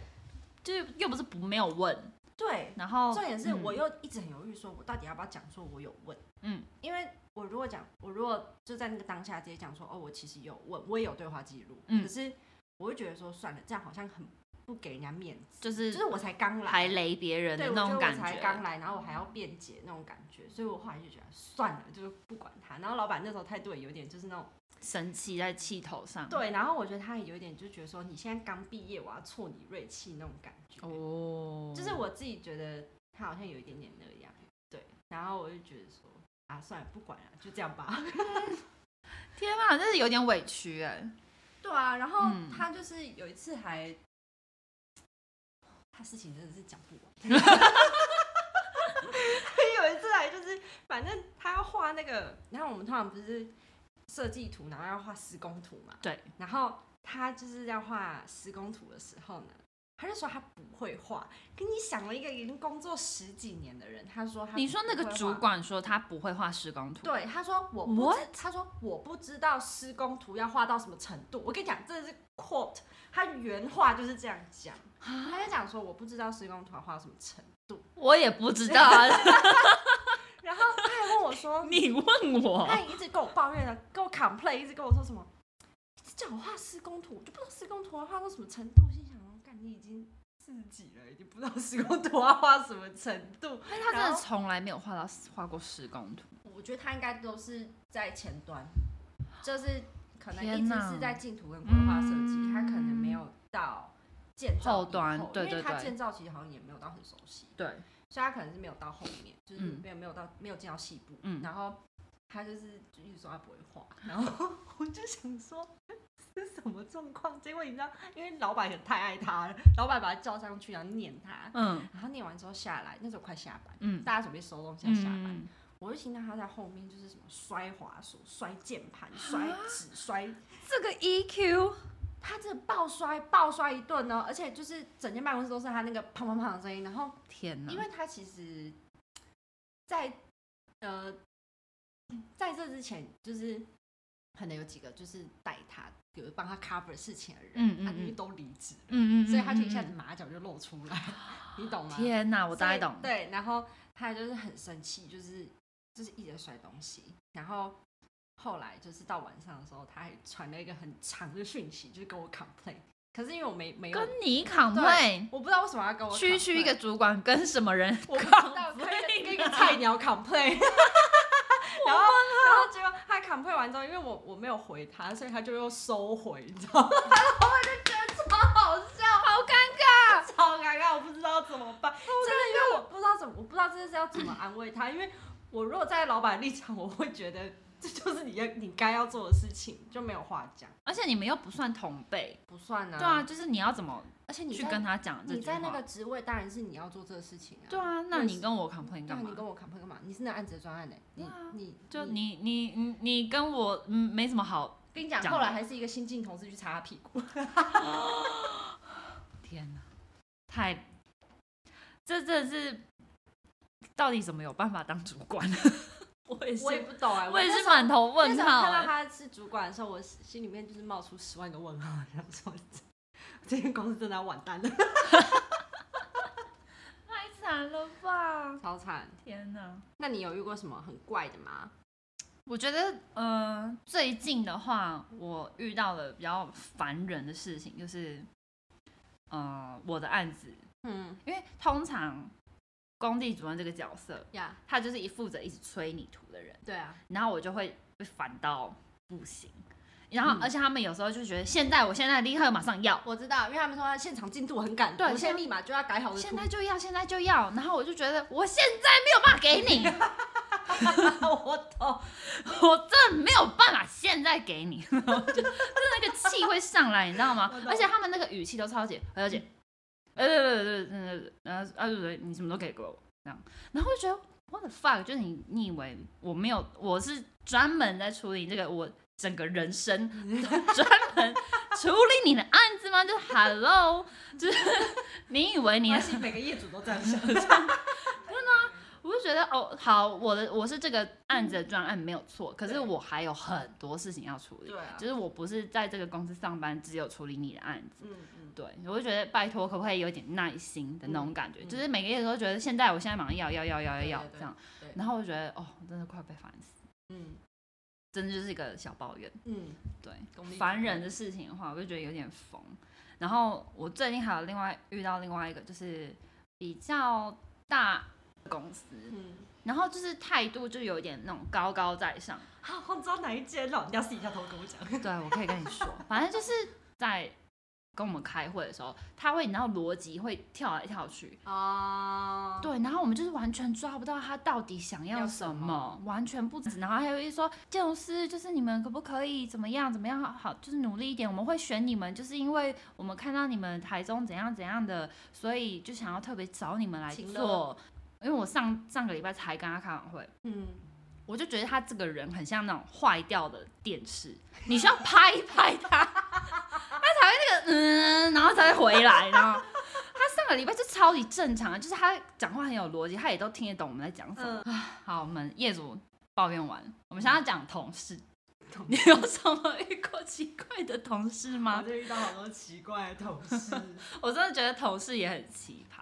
S1: 就是又不是不没有问，
S2: 对，
S1: 然后
S2: 重点是
S1: 嗯
S2: 我又一直很犹豫，说我到底要不要讲说我有问，
S1: 嗯，
S2: 因为我如果讲，我如果就在那个当下直接讲说哦，我其实有问，我也有对话记录，
S1: 嗯
S2: 可是我会觉得说算了，这样好像很不给人家面子，
S1: 就
S2: 就是是我才刚来，
S1: 还雷别人
S2: 对，
S1: 的
S2: 我
S1: 那
S2: 觉
S1: 种
S2: 得
S1: 感
S2: 我才
S1: 觉。
S2: 刚来，然后我还要辩解那种感觉，所以我后来就觉得算了，就是不管他。然后老板那时候态度也有点就是那种
S1: 生气在气头上。
S2: 对，然后我觉得他也有点就觉得说你现在刚毕业，我要挫你锐气那种感觉。
S1: 哦
S2: 就是我自己觉得他好像有一点点那样，对。然后我就觉得说啊，算了，不管了，就这样吧。
S1: 天啊，真是有点委屈哎。
S2: 对啊，然后
S1: 嗯
S2: 他就是有一次还，他事情真的是讲
S1: <laughs>
S2: 不完。有一次还就是，反正他要画那个，然后我们通常不是设计图，然后要画施工图嘛。
S1: 对。
S2: 然后他就是要画施工图的时候呢，他就说他不会画。可你想了一个已经工作十几年的人，他说他
S1: 你说
S2: 不
S1: 那个
S2: 会
S1: 主
S2: 画
S1: 管说他不会画施工图，，
S2: 对，他说我不知，他说我不知道施工图要画到什么程度。我跟你讲，这是 quote，他原话就是这样讲，
S1: 啊
S2: 他就讲说我不知道施工图要画到什么程度。
S1: 我也不知道 <laughs> 啊。，
S2: 然后他还问我
S1: <laughs>
S2: 说
S1: 你问我
S2: 他，也一直跟我抱怨了，跟我 complain，一直跟我说什么，一直叫我画施工图，我就不知道施工图要画到什么程度。我心想说，干你已经四十几了，已经不知道施工图要画什么程度。
S1: 但哎他真
S2: 然
S1: 的
S2: 后
S1: 从来没有画到画过施工图。
S2: 我觉得他应该都是在前端，就是可能一
S1: 天
S2: 直
S1: 哪
S2: 是在净土跟规划设计，
S1: 嗯
S2: 他可能没有到建造
S1: 后
S2: 以
S1: 端对
S2: 因为
S1: 对
S2: 他
S1: 对
S2: 建造其实好像也没有到很熟悉，
S1: 对，
S2: 所以他可能是没有到后面，就是
S1: 嗯
S2: 没有没有到没有进到细部，
S1: 嗯
S2: 然后他就是就一直说他不会画，然后 <laughs> 我就想说。这是什么状况？结果你知道，因为老板也太爱他了，老板把他叫上去，然后念他，
S1: 嗯
S2: 然后念完之后下来，那时候快下班，
S1: 嗯
S2: 大家准备收东西要下班，
S1: 嗯，
S2: 我就听到他在后面就是什么摔滑鼠、摔键盘、
S1: 啊
S2: 摔纸、摔，
S1: 这个 E EQ
S2: 他这暴摔暴摔一顿呢，而且就是整间办公室都是他那个砰砰砰的声音。然后，
S1: 天哪，
S2: 因为他其实在，呃，在这之前就是可能有几个就是带他，比如帮他 cover 事情的人，
S1: 嗯嗯
S2: 他因为
S1: 嗯
S2: 都离职了，
S1: 嗯嗯，
S2: 所以他就一下
S1: 嗯
S2: 子
S1: 嗯
S2: 马脚就露出来，你懂吗？
S1: 天哪，我大概懂
S2: 所以。对，然后他就是很生气，就是就是一直摔东西。然后后来就是到晚上的时候，他还传了一个很长的讯息，就是跟我 complain。可是因为我没没有，
S1: 跟你 complain，
S2: 对我不知道为什么要跟我
S1: 区区一个
S2: complain，
S1: 主管跟什么 <laughs> 人
S2: 我不知道跟
S1: complain
S2: 一个跟一个
S1: 啊
S2: 菜
S1: <laughs>
S2: 鸟 complain。然后，然后结果他 complain 完之后，因为我我没有回他，所以他就又收回，你知道吗？
S1: 好笑，好尴尬。
S2: <laughs> 超尴尬，我不知道怎么办。真的，因为我不知道怎么，我不知道这件事要怎么安慰他。因为我如果站在老板的立场，我会觉得这就是你要你该要做的事情，就没有话讲，
S1: 而且你们又不算同辈，
S2: 不算啊。
S1: 对啊，，就是你要怎么
S2: 而且你
S1: 去
S2: 在
S1: 跟他讲这
S2: 你
S1: 句话？
S2: 在那个职位，当然是你要做这个事情啊。
S1: 对啊，那你跟我 complain
S2: 对啊，
S1: 干嘛
S2: 你？跟我 complain 干嘛？你是那案子的专案呢、你
S1: 对啊
S2: 你
S1: 就你你你你跟我嗯没什么好，
S2: 跟你讲，
S1: 讲
S2: 后来还是一个新进同事去擦他屁股，
S1: 天哪，太，这这是到底怎么有办法当主
S2: <laughs>
S1: 管？我也是，欸
S2: 我也不懂哎、
S1: 我也
S2: 那
S1: 是
S2: 时候
S1: 满头问
S2: 那时候
S1: 号
S2: 看到
S1: 欸。
S2: 他是主管的时候，我心里面就是冒出十万个问号，然后说这间公司真的要完蛋了。
S1: 太惨惨了吧！
S2: <laughs> 超惨。
S1: 天哪！
S2: 那你有遇过什么很怪的吗？
S1: 我觉得，呃，最近的话，我遇到了比较烦人的事情，就是，呃，我的案子，
S2: 嗯
S1: 因为通常工地主任这个角色，
S2: 呀，
S1: 他就是一负责一直催你图的人，
S2: 对啊，
S1: 然后我就会被烦到不行。然后，
S2: 嗯
S1: 而且他们有时候就觉得，现在我现在立刻马上要，
S2: 我知道，因为他们说他现场进度很赶，
S1: 对
S2: 我现
S1: 像
S2: 在立马就要改好我的
S1: 现
S2: 图。
S1: 在就要，现在就要。然后我就觉得，我现在没有办法给
S2: <laughs>
S1: 你，
S4: 我懂，
S1: <laughs> 我真的没有办法现在给你， <laughs> 然后就真的那个气会上来，你知道吗
S4: 我？懂
S1: 而且他们那个语气都超级，而且，呃呃呃呃呃呃呃，对你什么都给过我这样，然后我就觉得 what the fuck，就是你你以为我没有，我是专门在处理这个我整个人生 <laughs> 专门处理你的案子吗？就 hello，就是你以为你啊
S4: 关系每个业主都这样
S2: <laughs>
S4: 想。
S2: 啊
S1: 我就觉得哦，好，我的我是这个案子的专案没有错，可是我还有很多事情要处理，
S4: 对啊
S1: 就是我不是在这个公司上班，只有处理你的案子。
S4: 嗯嗯，
S1: 对，我就觉得拜托，可不可以有点耐心的那种感觉？
S4: 嗯
S1: 就是每个月都觉得现在我现在马上要要要要要
S4: 对
S1: 要
S4: 对对
S1: 这样
S4: 对，
S1: 然后我觉得哦，真的快被烦死，
S4: 嗯
S1: 真的就是一个小抱怨。
S4: 嗯，
S1: 对，
S4: 功力
S1: 烦人的事情的话，我就觉得有点疯。然后我最近还有另外遇到另外一个，就是比较大的公司，
S4: 嗯，
S1: 然后就是态度就有点那种高高在上。
S4: 好，我知道哪一间了，你要私底下偷偷跟我讲。
S1: 对，我可以跟你说，反正就是在跟我们开会的时候，他会你知道逻辑会跳来跳去，
S2: 哦，
S1: 对，然后我们就是完全抓不到他到底想要
S2: 要
S1: 什
S2: 什
S1: 么，完全不知。然后还有一说，建筑师就是你们可不可以怎么样怎么样好，就是努力一点，我们会选你们，就是因为我们看到你们台中怎样怎样的，所以就想要特别找你们来
S2: 请
S1: 做。因为我上上个礼拜才跟他开完会，
S2: 嗯，
S1: 我就觉得他这个人很像那种坏掉的电视，你需要拍一拍他， <laughs> 他才会那个嗯，然后才会回来，然后他上个礼拜就超级正常的，啊就是他讲话很有逻辑，他也都听得懂我们在讲什么。唉好，我们业主抱怨完，我们现在要讲同事，你有什么遇过奇怪的同事
S4: 我
S1: 吗？
S2: <laughs>
S4: 就遇到好多奇怪的同事，
S1: 我真的觉得同事也很奇葩。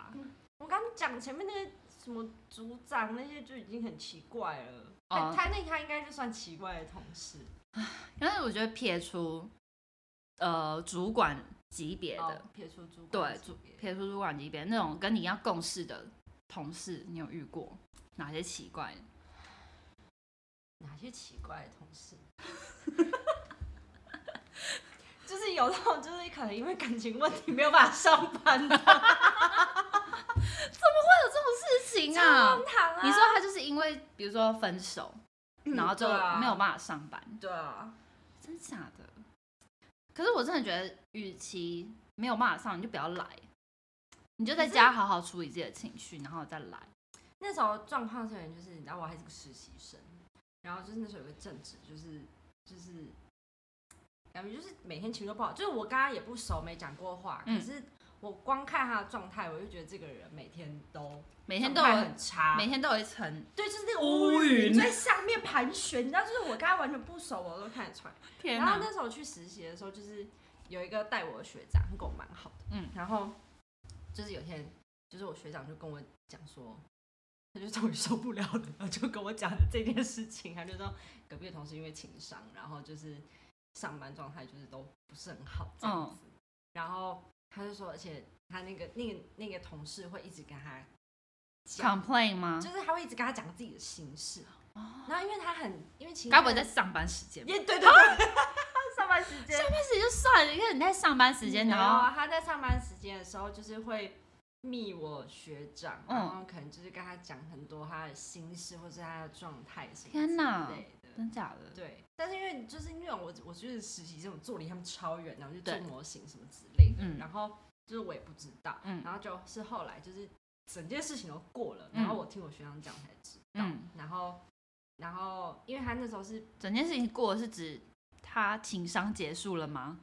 S2: 我刚讲前面那些什么组长那些就已经很奇怪了，
S1: 哦
S2: 他他那他应该就算奇怪的同事
S1: 但是我觉得撇除呃主管级别的，
S2: 哦撇除主
S1: 对，
S2: 管级
S1: 主
S2: 别
S1: 撇除主管级别那种跟你要共事的同事，你有遇过哪些奇怪的？
S2: 哪些奇怪的同事？ <laughs> 就是有那种，就是可能因为感情问题没有办法上班啊的，
S1: <laughs> 事情啊
S2: 超！荒唐啊！
S1: 你说他就是因为比如说分手，然后就
S2: 对啊
S1: 没有办法上班，
S2: 对啊，
S1: 真假的？可是我真的觉得，与其没有办法上，你就不要来，你就在家好好处理自己的情绪，然后再来。
S2: 那时候状况是有点就是，你知道我还是个实习生，然后就是那时候有个正职，就是就是感觉就是每天情绪都不好，就是我跟他也不熟，没讲过话，
S1: 嗯
S2: 可是我光看他的状态，我就觉得这个人每天都
S1: 每
S2: 每
S1: 天都有，
S2: 很差，
S1: 每天都有一层，
S2: 对，就是那个
S4: 乌
S2: 乌
S4: 云
S2: 云在上面盘旋，你知道，就是我跟他完全不熟，我都看得出来。
S1: 天
S2: 然后
S1: 哪！
S2: 那时候去实习的时候，就是有一个带我的学长，跟我蛮好的，
S1: 嗯
S2: 嗯，然后就是有一天，就是我学长就跟我讲说，他就终于受不了了， <laughs> 然后就跟我讲了这件事情，他就说隔壁的同事因为情商，然后就是上班状态就是都不是很好这样
S1: 嗯
S2: 子，然后他就说，而且他那个那个那个同事会一直跟他讲，
S1: complain 吗
S2: 就？是他会一直跟他讲自己的心事，然后因为他很因为情
S1: 哦该不会
S2: 商
S1: 在上班时间吧？
S2: 也对对对，上班时间
S1: <laughs> 上班时间就算了，因为你在上班时间，哦
S2: 没有
S1: 然后
S2: 啊他在上班时间的时候，就是会密我学长，
S1: 嗯
S2: 然后可能就是跟他讲很多他的心事或是他的状态什么
S1: 天哪
S2: 之类的。
S1: 真假的？
S2: 对，但是因为就是因为我我就是实习生，我坐离他们超远，然后就做
S1: 对
S2: 模型什么之类的
S1: 嗯，
S2: 然后就是我也不知道，
S1: 嗯
S2: 然后就是后来就是整件事情都过了，然后我听我学长讲才知道
S1: 嗯，
S2: 然后然后因为他那时候是
S1: 整件事情过的是指他情商结束了吗？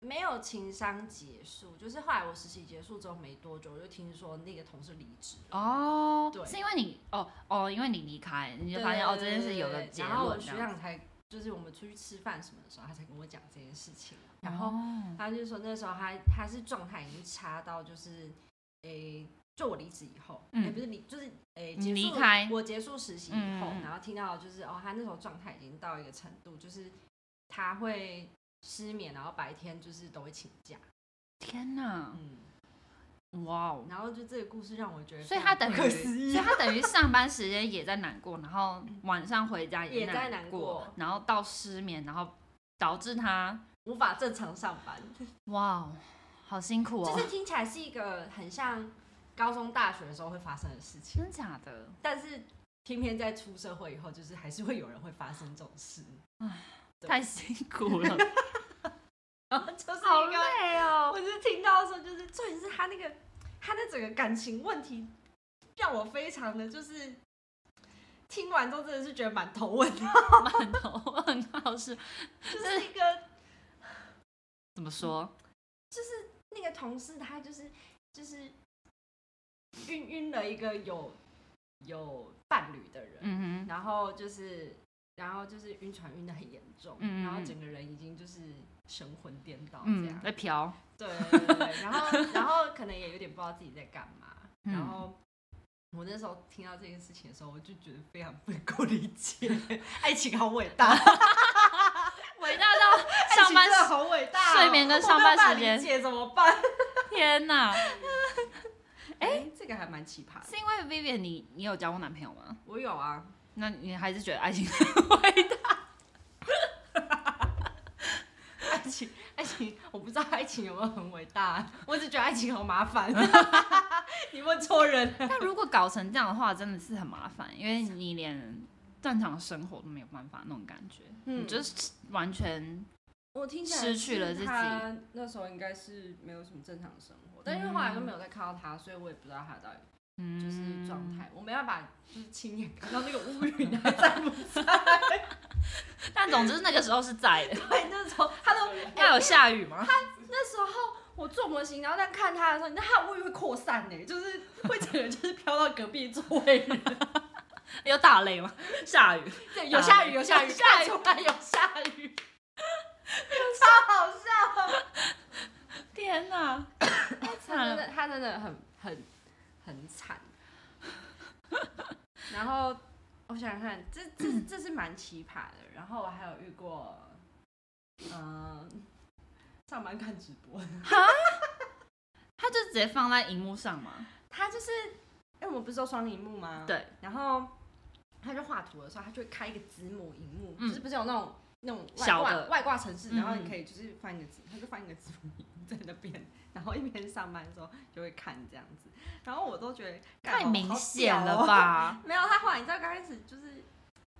S2: 没有情商结束，就是后来我实习结束之后没多久，我就听说那个同事离职了。
S1: 哦，
S2: 对
S1: 是因为你哦哦，因为你离开，你就
S2: 对
S1: 发现哦这
S2: 对
S1: 件
S2: 对
S1: 事有个
S2: 对
S1: 结
S2: 然后我
S1: 论这
S2: 学
S1: 样，
S2: 长才就是我们出去吃饭什么的时候，他才跟我讲这件事情。啊然后
S1: 哦
S2: 他就说那时候他他是状态已经差到就是诶、就我离职以后，
S1: 嗯
S2: 也、不是离，就是诶、
S1: 你
S2: 结束
S1: 离开
S2: 我结束实习以后，
S1: 嗯嗯嗯
S2: 然后听到就是哦，他那时候状态已经到一个程度，就是他会失眠，然后白天就是都会请假，
S1: 天哪，
S2: 嗯，
S1: 哇哦！
S2: 然后就这个故事让我觉得
S1: 所
S2: 非
S1: 以他
S2: 常
S1: 等
S2: 不
S1: 于，
S2: 可思
S1: 所
S2: 议，
S1: 以他等于上班时间也在难过，然后晚上回家
S2: 也在
S1: 难
S2: 难过
S1: 然后到失眠，然后导致他
S2: 无法正常上班，
S1: 哇哦，好辛苦哦，
S2: 就是听起来是一个很像高中、大学的时候会发生的事情，
S1: 真假的？
S2: 但是偏偏在出社会以后，就是还是会有人会发生这种事， <laughs> 对
S1: 太辛苦
S2: <laughs>
S1: 了，
S2: 然后就是
S1: 好
S2: 一个
S1: 累哦。
S2: 我就是听到的时候，就是重点是他那个他那整个感情问题，让我非常的就是听完之后真的是觉得蛮头问的， <laughs>
S1: 馒头问号是
S2: 就是一个
S1: 怎么说？
S2: 就是那个同事他就是就是晕晕了一个有有伴侣的人，
S1: 嗯哼，
S2: 然后就是然后就是晕船晕的很严重，
S1: 嗯嗯嗯
S2: 然后整个人已经就是神魂颠倒这
S1: 嗯，，
S2: 样
S1: 在嫖，
S2: 对对对，对然后然后可能也有点不知道自己在干嘛。
S1: 嗯
S2: 然后我那时候听到这件事情的时候，我就觉得非常不能够理解，爱情好伟大，
S1: <laughs> 伟大到
S2: 爱
S1: 上
S2: 情
S1: 班
S2: 真的好伟大哦、
S1: 睡眠跟上班时间
S2: 我没有办法理解怎么办？
S1: 天哪！
S2: 哎、这个还蛮奇葩
S1: <laughs>
S2: 的。
S1: 是因为 Vivian 你你有交过男朋友吗？
S2: 我有啊，
S1: 那你还是觉得爱 <laughs> 情很伟大？
S2: 爱情，爱情，我不知道爱情有没有很伟大，啊 <laughs> 我只觉得爱情好麻 <laughs> 烦。你问错人了，
S1: 但如果搞成这样的话，真的是很麻烦，因为你连正常生活都没有办法那种感觉，
S2: 嗯
S1: 你就是完全
S2: 我听起来
S1: 失去了自己
S2: 是他那时候应该是没有什么正常的生活，但因嗯为后来都没有再看到他，所以我也不知道他到底
S1: 嗯
S2: 就是状。态，我没办法就是亲眼看到那个乌 <laughs> 云啊还在不在。
S1: 但总之那个时候是在 <laughs> 的，
S2: <laughs> 对，啊那时候他都
S1: 要有下雨吗？
S2: 那时候我做模型，然后在看他的时候，你知道他的乌云会扩散呢、欸就是会整个就是飘到隔壁座位了。
S1: 有打雷吗？下雨，
S2: 对，有下雨，有 <laughs> 下雨，
S1: 下雨
S2: 看出来有下雨， <laughs> 超好笑。
S1: 天哪，太
S2: <laughs> 他
S1: 惨
S2: 真
S1: 了！
S2: 的，他真的很很很惨。然后我想想看，这这这是蛮奇葩的。然后我还有遇过，嗯、上班看直播，
S1: 他就直接放在荧幕上嘛，
S2: 他就是，因为我们不是说双荧幕吗？。
S1: 对，
S2: 然后他就画图的时候，他就会开一个子母荧幕，
S1: 嗯
S2: 就是不是有那种那种外
S1: 小
S2: 挂
S1: 的
S2: 外挂城市，
S1: 嗯
S2: 然后你可以就是放一个子，他就放一个子母荧幕在那边，然后一边上班的时候就会看这样子。然后我都觉得干
S1: 太
S2: 好
S1: 明
S2: 好
S1: 显
S2: 屌
S1: 了 <laughs>
S2: 哦
S1: 吧？
S2: 没有，他后来你知道刚开始就是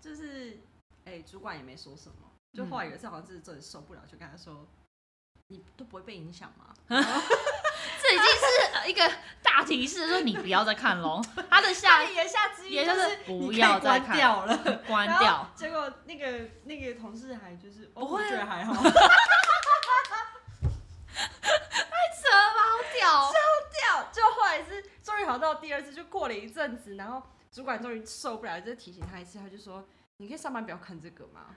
S2: 就是，哎、主管也没说什么，就后来有一次好像是真的受不了，就跟他说，你都不会被影响吗？
S1: 这已经是呃一个大提示，说你不要再看 <laughs> 喽。他的
S2: 他
S1: 下
S2: 的哎言下之意
S1: 也就是是
S2: 你
S1: 不
S2: 可以
S1: 要再
S2: 关
S1: 看，
S2: 掉了，
S1: 关
S2: 然后
S1: 掉。
S2: 结果那个那个同事还就是哦
S1: 不会啊
S2: 我觉得
S1: <laughs>
S2: 还好，
S1: 什么好屌？
S2: 掉。就后来是终于好到第二次，就过了一阵子，然后主管终于受不了，就提醒他一次，他就说。你可以上班不要看这个吗？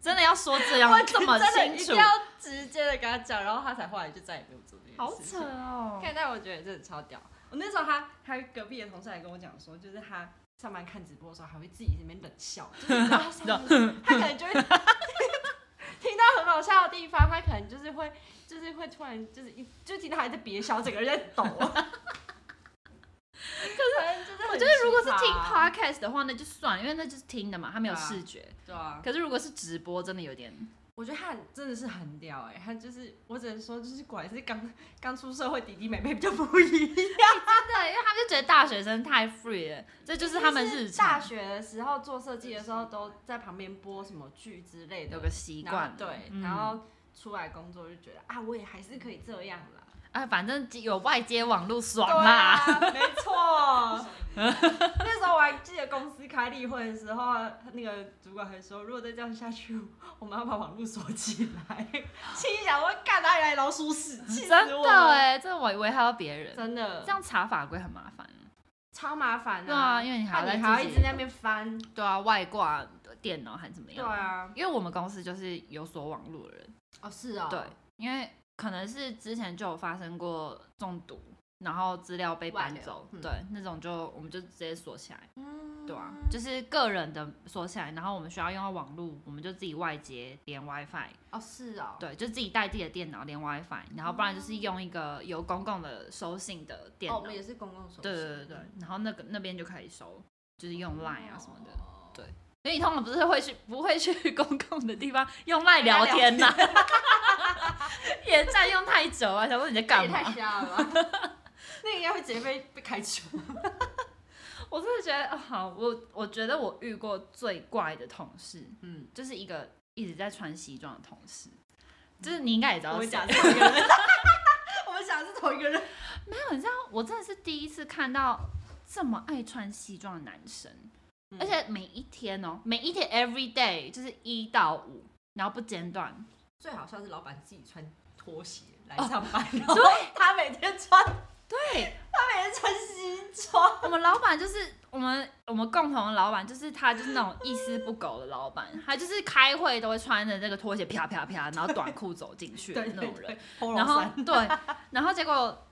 S1: 真的要说这样
S2: 我
S1: 这么
S2: 真的
S1: 清
S2: 一
S1: 楚
S2: 定，要直接的跟他讲，然后他才后来就再也没有做这件事情。
S1: 好扯哦！
S2: 看，但我觉得真的超屌。我那时候他他隔壁的同事还跟我讲说，就是他上班看直播的时候，还会自己在那边冷笑，就是你知道 <laughs> 他上班的时候他可能就 <laughs> 会听到很好笑的地方，他可能就是会就是会突然就是一就听到他还在憋笑，整个人在抖。 <laughs> 就是就是，
S1: 我觉得如果是听，podcast 的话，那就算了，因为那就是听的嘛，他没有
S2: 对啊
S1: 视觉。
S2: 对啊，
S1: 可是如果是直播，真的有 <laughs> 点哎
S2: 我觉得他很真的是很屌哎、他就是我只能说就是果然是刚刚出社会弟弟妹妹比较不一样。
S1: 对，因为他们就觉得大学生太 free 了，这就是他们日
S2: 大
S1: 常
S2: 学的时候做设计的时候，都在旁边播什么剧之类的，
S1: 有个习
S2: 然后
S1: 惯。
S2: 对，
S1: 嗯
S2: 然后出来工作就觉得啊，我也还是可以这样啦。
S1: 啊，反正有外接网络爽
S2: 对
S1: <laughs> 啦。
S2: 啊，没错。那时候我还记得公司开例会的时候啊，那个主管还说，如果再这样下去，我们要把网络锁起
S1: <laughs>
S2: 来。心里想，我干哪里来老鼠屎，气
S1: 真
S2: 死我
S1: 的
S2: 了！
S1: 哎，这我危害到别人，
S2: 真的，
S1: 这样查法规很麻烦。
S2: 超麻烦
S1: 对啊，因为你还要
S2: 那
S1: 在
S2: 你还要
S1: 自
S2: 一
S1: 己
S2: 直在那边翻。
S1: 对啊外挂电脑还怎么
S2: 对
S1: 样？，
S2: 啊，
S1: 因为我们公司就是有锁网络的人。
S2: 哦是哦，
S1: 对，因为可能是之前就有发生过中毒，然后资料被
S2: 外
S1: 搬
S2: 流
S1: 走，
S2: 嗯
S1: 对，那种就我们就直接锁起来。
S2: 嗯
S1: 对啊，就是个人的锁起来，然后我们需要用到网络，我们就自己外接连 WiFi，
S2: 哦，是哦，
S1: 对，就自己带自己的电脑连 WiFi，然后不然就是用一个有公共的收信的电
S2: 哦，
S1: 脑，
S2: 我们也是公共手哦
S1: 对对对对，然后那个那边就可以收，就是
S2: 嗯
S1: 用 Line 啊什么的，对所以你通常不是会去不会去 <laughs> 公共的地方用 Line 聊天呐、 <laughs> 也占用太久啊，想问你在
S2: 这
S1: 干
S2: 也太
S1: 嘛？
S2: 瞎了吧？
S1: <laughs>
S2: 那应该会直接被被开除。
S1: 我真的觉得，啊好，我我觉得我遇过最怪的同事，
S2: 嗯，
S1: 就是一个一直在穿西装的同事，就是你应该也知
S2: 我
S1: 道
S2: 们
S1: 谁。
S2: 讲是同一个人，我们讲的是同一个人。
S1: 我真的是第一次看到这么爱穿西装的男生，
S2: 嗯
S1: 而且每一天哦，每一天 every day 就是一到五，然后不间断，
S2: 最好笑是老板自己穿拖鞋来
S1: 哦
S2: 上
S1: <laughs>
S2: 班，然后他每天穿，
S1: 对
S2: 他每天穿西装，
S1: <laughs> 我们老板就是我们我们共同的老板，就是他就是那种一丝不苟的老板，他就是开会都会穿着那个拖鞋啪啪啪，然后短裤走进去的那种人。，然
S2: 然
S1: 后
S2: 后
S1: 对，
S2: <laughs>
S1: 然后结果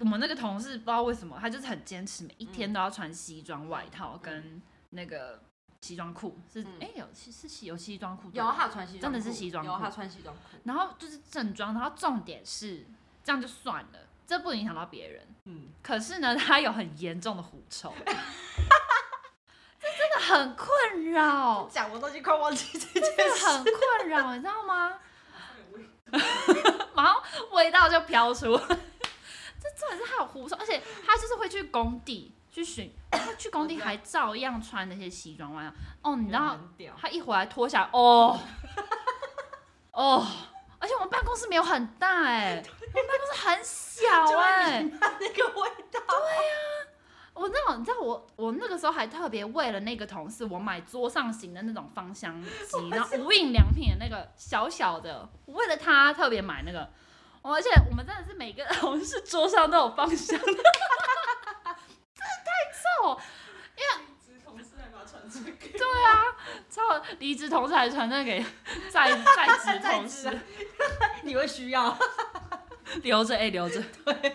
S1: 我们那个同事不知道为什么，他就是很坚持，每一
S2: 嗯
S1: 天都要穿西装外套跟那个西装裤，是哎、
S2: 嗯
S1: 诶有是是西有西装裤对
S2: 有啊
S1: 吧
S2: 他有穿西装裤，
S1: 真的是西装裤
S2: 有啊他穿西装裤，
S1: 然后就是正装，然后重点是这样就算了，这不影响到别人。
S2: 嗯，
S1: 可是呢，他有很严重的狐臭， <laughs> 这真的很困扰，
S2: 讲我都已经快忘记这件
S1: 真的很困扰，你知道吗？然后味道就飘出 <laughs> 来。这重点是他有狐臭，而且他就是会去工地去巡，他去工地还照样穿那些西装外套。哦，你知道
S2: 很屌，
S1: 他一回来脱下来，哦哦，而且我们办公室没有很大哎、我们办公室很小
S2: 就
S1: 哎、
S2: 会弥漫那个味道，
S1: 我哦那种，你知道我我那个时候还特别为了那个同事，我买桌上型的那种芳香 <laughs> 机，然后无印良品的那个小小的，我为了他特别买那个。哦而且我们真的是每个 <laughs> 同事桌上都有芳香的，真的太臭，
S2: 同事还把穿这个，
S1: 臭！离职同事还传那个给在在职同事， <laughs>
S2: 你会需要，
S1: 留着哎、留着。 <laughs> 对，而且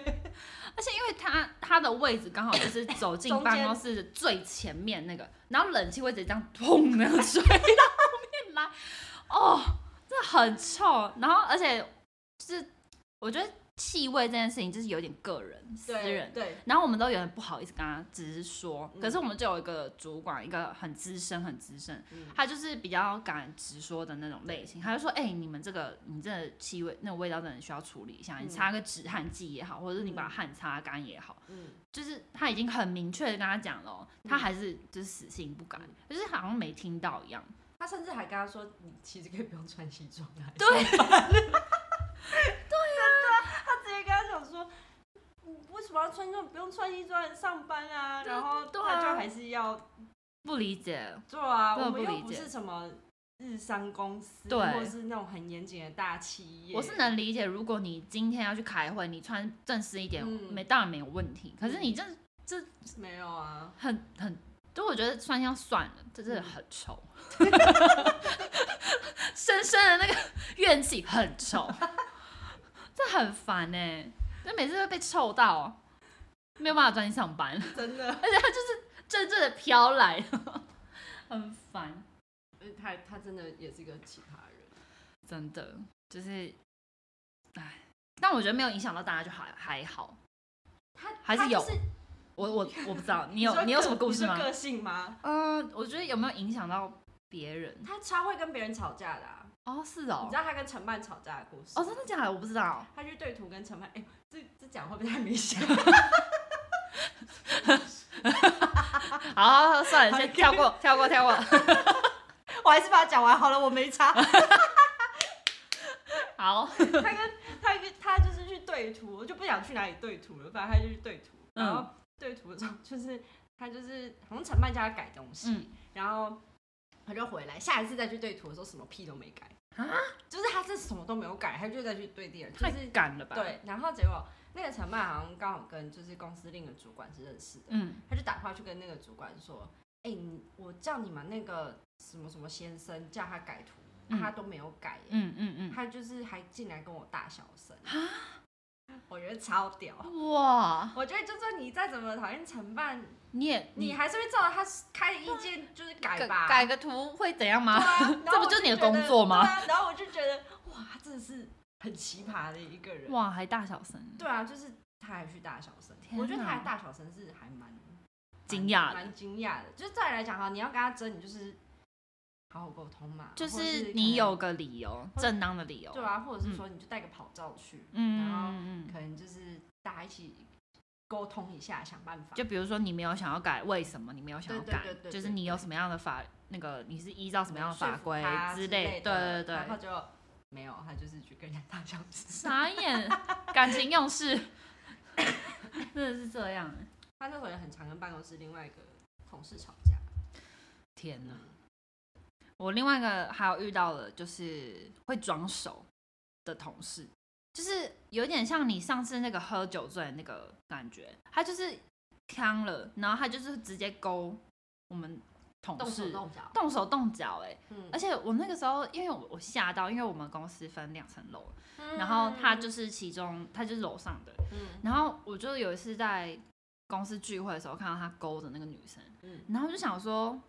S1: 因为他他的位置刚好
S2: <coughs>
S1: 就是走进
S2: 中间
S1: 办公室的最前面那个，然后冷气会直接这样砰那样吹到后面来，哦，这很臭。然后而且就是我觉得气味这件事情就是有点个人私
S2: 对
S1: 人。
S2: 对，
S1: 然后我们都有点不好意思跟他直说，
S2: 嗯
S1: 可是我们就有一个主管，一个很资深、很资深，
S2: 嗯
S1: 他就是比较敢直说的那种类型。他就说：“哎、你们这个，你这个气味，那个味道真的需要处理一下，你
S2: 嗯
S1: 擦个止汗剂也好，或者是你把
S2: 嗯
S1: 汗擦干也好。”
S2: 嗯，
S1: 就是他已经很明确的跟他讲了哦，他
S2: 嗯
S1: 还是就是死性不改
S2: 嗯，
S1: 就是好像没听到一样。
S2: 他甚至还跟他说，你其实可以不用穿西装啊来，
S1: <laughs> 对，啊
S2: 他直接跟他讲说，你为什么要穿西装？不用穿西装上班啊。
S1: 对
S2: 然后
S1: 对啊
S2: 他就还是要
S1: 不理解，
S2: 做啊。
S1: 真的
S2: 我
S1: 不
S2: 们又
S1: 理
S2: 不
S1: 解
S2: 是什么日商公司，
S1: 对
S2: 或是那种很严谨的大企业。
S1: 我是能理解，如果你今天要去开会，你穿正式一点，
S2: 嗯
S1: 没当然没有问题。可是你这
S2: 没有啊，
S1: 很很，就我觉得酸香算了，这
S2: 嗯
S1: 真的很臭， <laughs> 深深的那个怨气很臭，这很烦哎、就每次都被臭到，没有办法专心上班，<laughs>
S2: 真的。
S1: 而且它就是阵阵的飘来， <laughs> 很烦，
S2: 他他真的也是一个奇葩人。
S1: 真的就是，唉，但我觉得没有影响到大家就还还好。
S2: 他
S1: 还是
S2: 他
S1: 有
S2: 就是
S1: 我我我不知道，你
S2: 你
S1: 有
S2: 说
S1: 你有
S2: 个
S1: 什么故事
S2: 你说
S1: 吗？
S2: 个性吗？
S1: 嗯、我觉得有没有影响到别人？
S2: 他超会跟别人吵架的、啊。
S1: 哦，是
S2: 你
S1: 哦
S2: 知，道他跟陈曼吵架的故事？
S1: 哦，真的假的？我不知道。
S2: 他去对图跟陈曼，哎、这这讲会不会太明显？
S1: 好好，好算了，先跳过，跳过，跳过。
S2: <laughs> 我还是把它讲完好了，我没差。
S1: 好，
S2: 他跟 <laughs> 他跟他就是去对图，我就不想去哪里对图了，反正他就去对图，
S1: 嗯
S2: 然后对图的时候就是他就是好像承办叫他改东西，
S1: 嗯
S2: 然后他就回来，下一次再去对图的时候什么屁都没改
S1: 啊，
S2: 就是他是什么都没有改，他就再去对第二，就
S1: 太
S2: 是
S1: 赶了吧？，
S2: 对，然后结果那个承办好像刚好跟就是公司另一个主管是认识的，
S1: 嗯，
S2: 他就打电话去跟那个主管说，哎、你我叫你们那个什么什么先生叫他改图，
S1: 嗯
S2: 他都没有改耶、
S1: 嗯嗯嗯，啊
S2: 他就是还进来跟我大小声，我觉得超屌。
S1: 哦嗯哇，
S2: 我觉得就算你再怎么讨厌承办，
S1: 你也
S2: 你还是会照着他开的意见就是改
S1: 改
S2: 吧。
S1: 改个图会怎样吗？ <laughs>
S2: 对啊，然
S1: 这
S2: 后
S1: 不就
S2: 我就是
S1: 你的
S2: 觉得
S1: 工作吗
S2: 对啊然后我就觉得哇，他真的是很奇葩的一个人。
S1: 哇，还大小声，
S2: 对啊，就是他还去大小声，
S1: 天
S2: 我觉得他
S1: 哪
S2: 还大小声是还蛮
S1: 惊讶的
S2: 蛮蛮惊讶的。就是照理来讲哈，你要跟他争，你就是好好沟通嘛，
S1: 就
S2: 或者是
S1: 是
S2: 可
S1: 你
S2: 能
S1: 有个理由，正当的理由。
S2: 对，啊，或者
S1: 嗯
S2: 是说你就带个跑照去，然后
S1: 嗯嗯嗯，
S2: 可能就是大家一起沟通一下，想办法。
S1: 就比如说你没有想要改，为什么你没有想要
S2: 对对
S1: 改
S2: 对对？对
S1: 就是你有什么样的法，那个你是依照什么样的
S2: 说
S1: 法
S2: 服
S1: 规
S2: 他
S1: 之
S2: 之
S1: 类，对对
S2: 的
S1: 对
S2: 然，后就没有，他就是去跟人家大小声。
S1: 傻眼，感情用事， <coughs> 真的是这样。
S2: 他那会儿也很常跟办公室另外一个同事吵架。
S1: 天哪
S2: 嗯！
S1: 我另外一个还有遇到了，就是会装熟的同事，就是有点像你上次那个喝酒醉的那个感觉，他就是呛了，然后他就是直接勾我们同
S2: 动手
S1: 事
S2: 动脚，
S1: 动手动脚，哎，
S2: 嗯
S1: 而且我那个时候因为我我吓到，因为我们公司分两层楼，然后他就是其中他就是楼上的，
S2: 嗯
S1: 然后我就有一次在公司聚会的时候看到他勾的那个女生，
S2: 嗯
S1: 然后我就想说，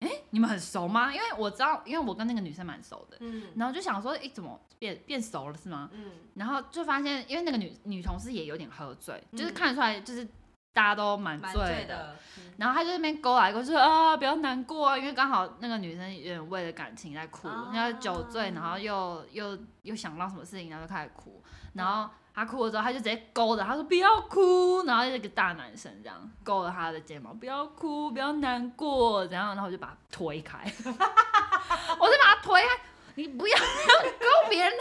S1: 哎、你们很熟吗？因为我知道，因为我跟那个女生蛮熟的，
S2: 嗯
S1: 然后就想说，哎、怎么变变熟了是吗？
S2: 嗯
S1: 然后就发现，因为那个女女同事也有点喝醉，就是
S2: 嗯
S1: 看得出来，就是大家都蛮
S2: 蛮
S1: 醉
S2: 醉
S1: 的。
S2: 的，嗯
S1: 然后她就在那边勾来勾去，啊，不要难过啊，因为刚好那个女生有点为了感情在哭，
S2: 啊
S1: 因为酒醉，然后又又又想到什么事情，然后就开始哭。然后她哭了之后，她就直接勾着，她说不要哭，然后一个大男生这样勾了她的睫毛，不要哭，不要难过，然后然后我就把她推开，我就把她推开，你不要勾别人。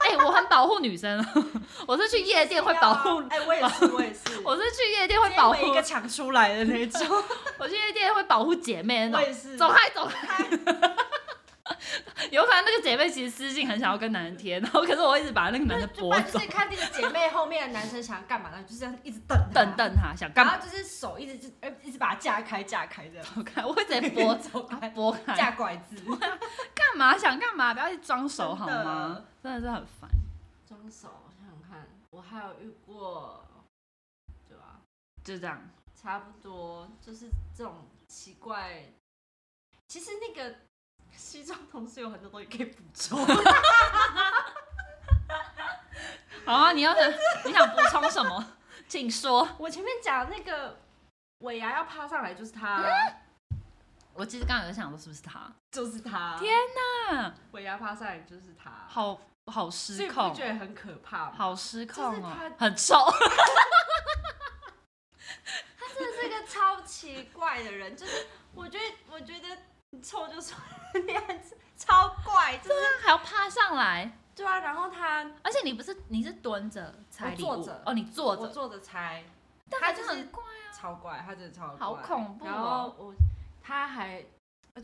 S1: 哎、我很保护女生哦， <laughs> 我是去夜店会保护
S2: 是要啊，哎，我也是，我也是，
S1: 我是去夜店会保护
S2: 接尾一个抢出来的那种，
S1: 我去夜店会保护姐妹那
S2: 我
S1: 种，
S2: 也是，
S1: 走开走开。 <laughs> 有可能那个姐妹其实私信很想要跟男人贴，然后可是我一直把那个 <laughs> 男的
S2: 就
S1: 拨
S2: 把就
S1: 走，
S2: 是看这个姐妹后面的男生想要干嘛，然后就是这样一直瞪他
S1: 瞪，瞪他想干
S2: 然
S1: <laughs> 嘛
S2: 后就是手一直就呃一直把他架开架开这样，
S1: 走开，我会直接拨
S2: 走
S1: <laughs>
S2: 开，
S1: 拨开，
S2: 架拐子，
S1: 干嘛想干嘛，不要去装熟好
S2: 真的
S1: 吗？真的是很烦。
S2: 中手，我想想看，我还有遇过，对吧？
S1: 就这样， <laughs>
S2: 差不多就是这种奇怪。其实那个西装同事有很多东西可以补充，
S1: 好啊！你要想你想补充什么，请说。
S2: 我前面讲那个尾牙要趴上来就是他，
S1: 我其实刚刚有在想说是不是他，
S2: 就是他，
S1: 天嗯，
S2: 尾牙趴上来就是他，
S1: 好好
S2: 所以
S1: 失
S2: 你
S1: 控
S2: 不，觉得很可怕吗？
S1: 好失控
S2: 就是
S1: 哦
S2: 他，
S1: 很 <laughs> 臭。
S2: 他真的是个超奇怪的人，就是我觉得，我觉得你臭就臭，你很超怪，就是
S1: 还要趴上来，
S2: 对啊。然后他
S1: 而且你不是你是蹲着拆礼物
S2: 我坐着
S1: 哦，你坐
S2: 我
S1: 着，
S2: 坐着猜，
S1: 但
S2: 他
S1: 还
S2: 就是是
S1: 很怪，
S2: 超怪，他真的超怪，
S1: 好恐怖
S2: 然后
S1: 哦。
S2: 我他还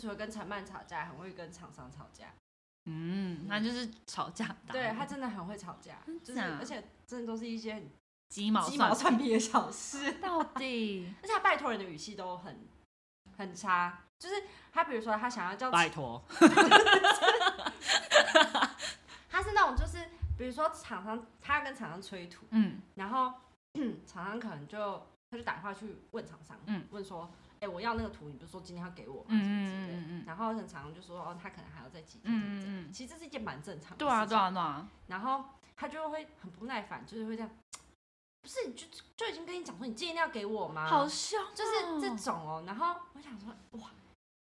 S2: 除了跟承办吵架，很会跟厂商吵架，
S1: 嗯，那就是吵架打，
S2: 对他真的很会吵架，就是
S1: 假
S2: 而且真的啊都是一些很
S1: 鸡毛
S2: 鸡毛
S1: 蒜
S2: 蒜皮的小事，
S1: 皮到
S2: <laughs>
S1: 底
S2: 而且他拜托人的语气都很很差，就是他比如说他想要叫
S1: 托，
S2: 他是那种就是，比如说厂商，他跟厂商催图，
S1: 嗯
S2: 然后 <clears throat> 厂商可能就他就打电话去问厂商，
S1: 嗯
S2: 问说，哎、我要那个图，你不是说今天要给我吗？
S1: 嗯
S2: 什么之类的
S1: 嗯嗯嗯
S2: 然后厂商就说，哦，他可能还要再几
S1: 嗯
S2: 天，怎么怎么
S1: 嗯嗯，
S2: 其实这是一件蛮正常的
S1: 对啊
S2: 事
S1: 对
S2: 情
S1: 啊对啊，
S2: 然后他就会很不耐烦，就是会这样，不是，你就就已经跟你讲说，你今天要给我吗？
S1: 好凶哦，
S2: 啊就是这种哦。然后我想说，哇，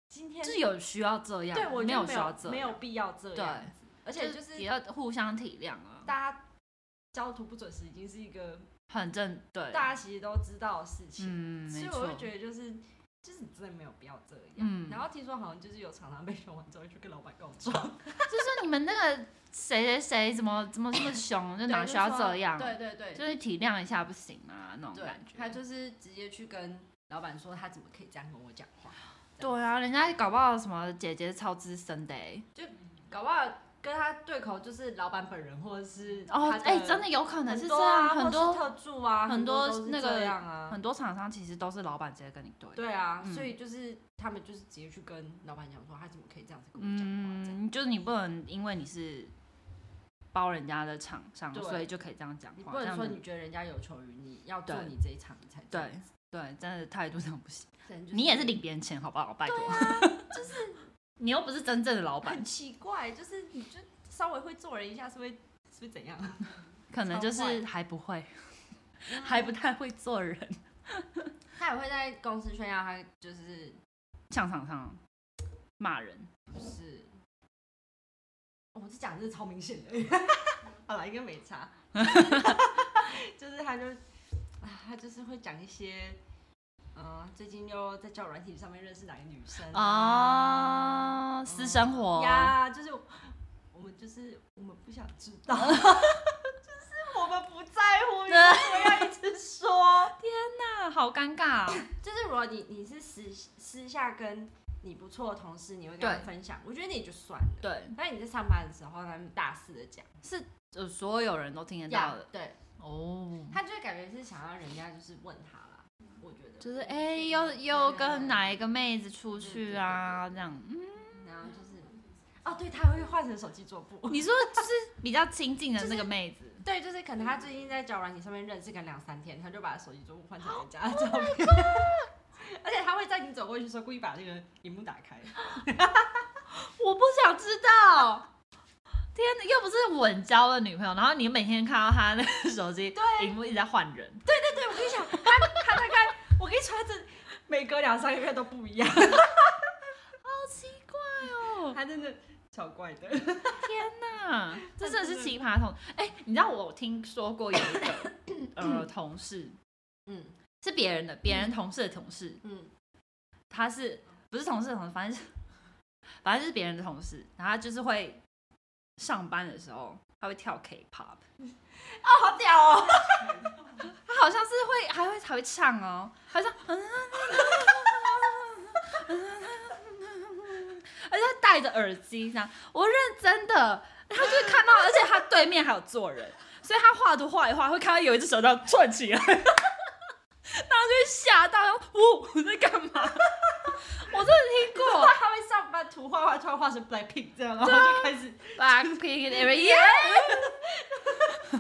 S2: 今天
S1: 就是有需要这样，
S2: 对我
S1: 没
S2: 觉
S1: 有
S2: 得
S1: 需
S2: 没
S1: 要
S2: 有
S1: 这样，
S2: 没有必要这
S1: 对
S2: 样子，而且就是
S1: 也要互相体谅啊，
S2: 大家交图不准时已经是一个
S1: 很正对，
S2: 大家其实都知道的事情，
S1: 嗯，
S2: 所
S1: 没
S2: 以
S1: 错
S2: 我就，觉得就是就是你真的没有必要这样。
S1: 嗯
S2: 然后听说好像就是有常常被凶完之后去跟老板告状，
S1: 哦就是你们那个谁谁谁怎么怎么这么凶，就
S2: 对
S1: 哪
S2: 就
S1: 需要
S2: 说
S1: 这样，
S2: 对对对，
S1: 就是体谅一下不行吗？那种
S2: 对
S1: 感觉，
S2: 他就是直接去跟老板说他怎么可以这样跟我讲话，
S1: 对啊，人家搞不好什么姐姐超资深的欸
S2: 搞不好跟他对口就是老板本人或者是
S1: 哦，
S2: 他
S1: 哎、真的有可
S2: 可
S1: 能是这
S2: 啊，
S1: 样，很
S2: 或
S1: 多
S2: 是特助啊，
S1: 很
S2: 很
S1: 多
S2: 都是
S1: 那个
S2: 这样啊，
S1: 很多厂商其实都是老板直接跟你对，
S2: 对啊，
S1: 嗯
S2: 所以就是他们就是直接去嗯跟老板讲说，他怎么可以这样子跟我讲话？这样
S1: 嗯，就是你不能因为你是包人家的场上，
S2: 对
S1: 所以就可以这样讲
S2: 你
S1: 话。
S2: 不
S1: 这
S2: 能
S1: 样
S2: 说
S1: 子
S2: 你觉得人家有求于你，要做
S1: 对
S2: 你这一场你才这样
S1: 对
S2: 子
S1: 对，真的态度上不行。
S2: 真的就啊
S1: 你也是领别人钱，好不好？拜托， <laughs> 就是你又不是真正的老板
S2: 很，奇怪，就是你就稍微会做人一下是会是会怎 <laughs> 样？
S1: 可能就
S2: 超坏嗯
S1: 是还不会，还不太会做人。
S2: 他也会在公司炫耀他就是
S1: 呛场上骂人，
S2: 不是，哦我这讲的是超明显的， <laughs> 好了，应该没
S1: <laughs>
S2: 差，就是他就啊他就是会讲一些。嗯，最近又在交友软体上面认识哪个女生啊
S1: 啊，哦私生活，
S2: 呀，就是我们就是我们不想知
S1: <laughs>
S2: 道，就是我们不在乎，你为什么要一直说？
S1: 那啊好尴尬 <laughs> 哦。
S2: <laughs> 就是如果你你是私私下跟你不错的同事，你会跟他分享，我觉得你就算了。
S1: 对，
S2: 但你在上班的时候，他们大肆的讲，
S1: 是呃，所有人都听得到的
S2: 对，
S1: 哦。
S2: 他就感觉是想要人家就是问他啦，我觉得
S1: 就是哎、又又跟哪一个妹子出去啊？这样，嗯，
S2: 然后就是哦，对，他会换成手机桌布， <laughs>
S1: 你说就是比较亲近的那个妹子，
S2: 对，就是可能他最近在交友软体上面认识个两三天，他就把手机桌布换成人家的照片， <laughs> 而且他会在你走过去的时候故意把那个荧幕打开，
S1: 我不想知道。天哪，又不是稳交的女朋友，然后你每天看到她那个手机荧幕一直在换人，
S2: <laughs> 对，我跟你讲， <laughs> 他他大概我跟你说，他这每隔两三个月都不一样，
S1: 好奇怪哦。
S2: 他真的超怪的，
S1: <laughs> 啊，这真的是奇葩同。哎、你知道我听说过有一个 <coughs> 呃同事
S2: 嗯
S1: 是别人的，别人同事的同事，
S2: 嗯，
S1: 他是不是同事的同事？反正是反正就是别人的同事，然后他就是会上班的时候他会跳 K-pop，
S2: 哦，好屌哦，
S1: 他好像是会还会还会唱哦，好像嗯。而且他戴着耳机这样，我认真的，他就是看到，而且他对面还有坐人，所以他画图画一画，会看到有一只手这样转起来，然后就会吓到，呜，我在干嘛？我真的听过，
S2: 他会上班图画画，突然画成 Blackpink 这样，然后就开始
S1: Blackpink every year。哎 <laughs>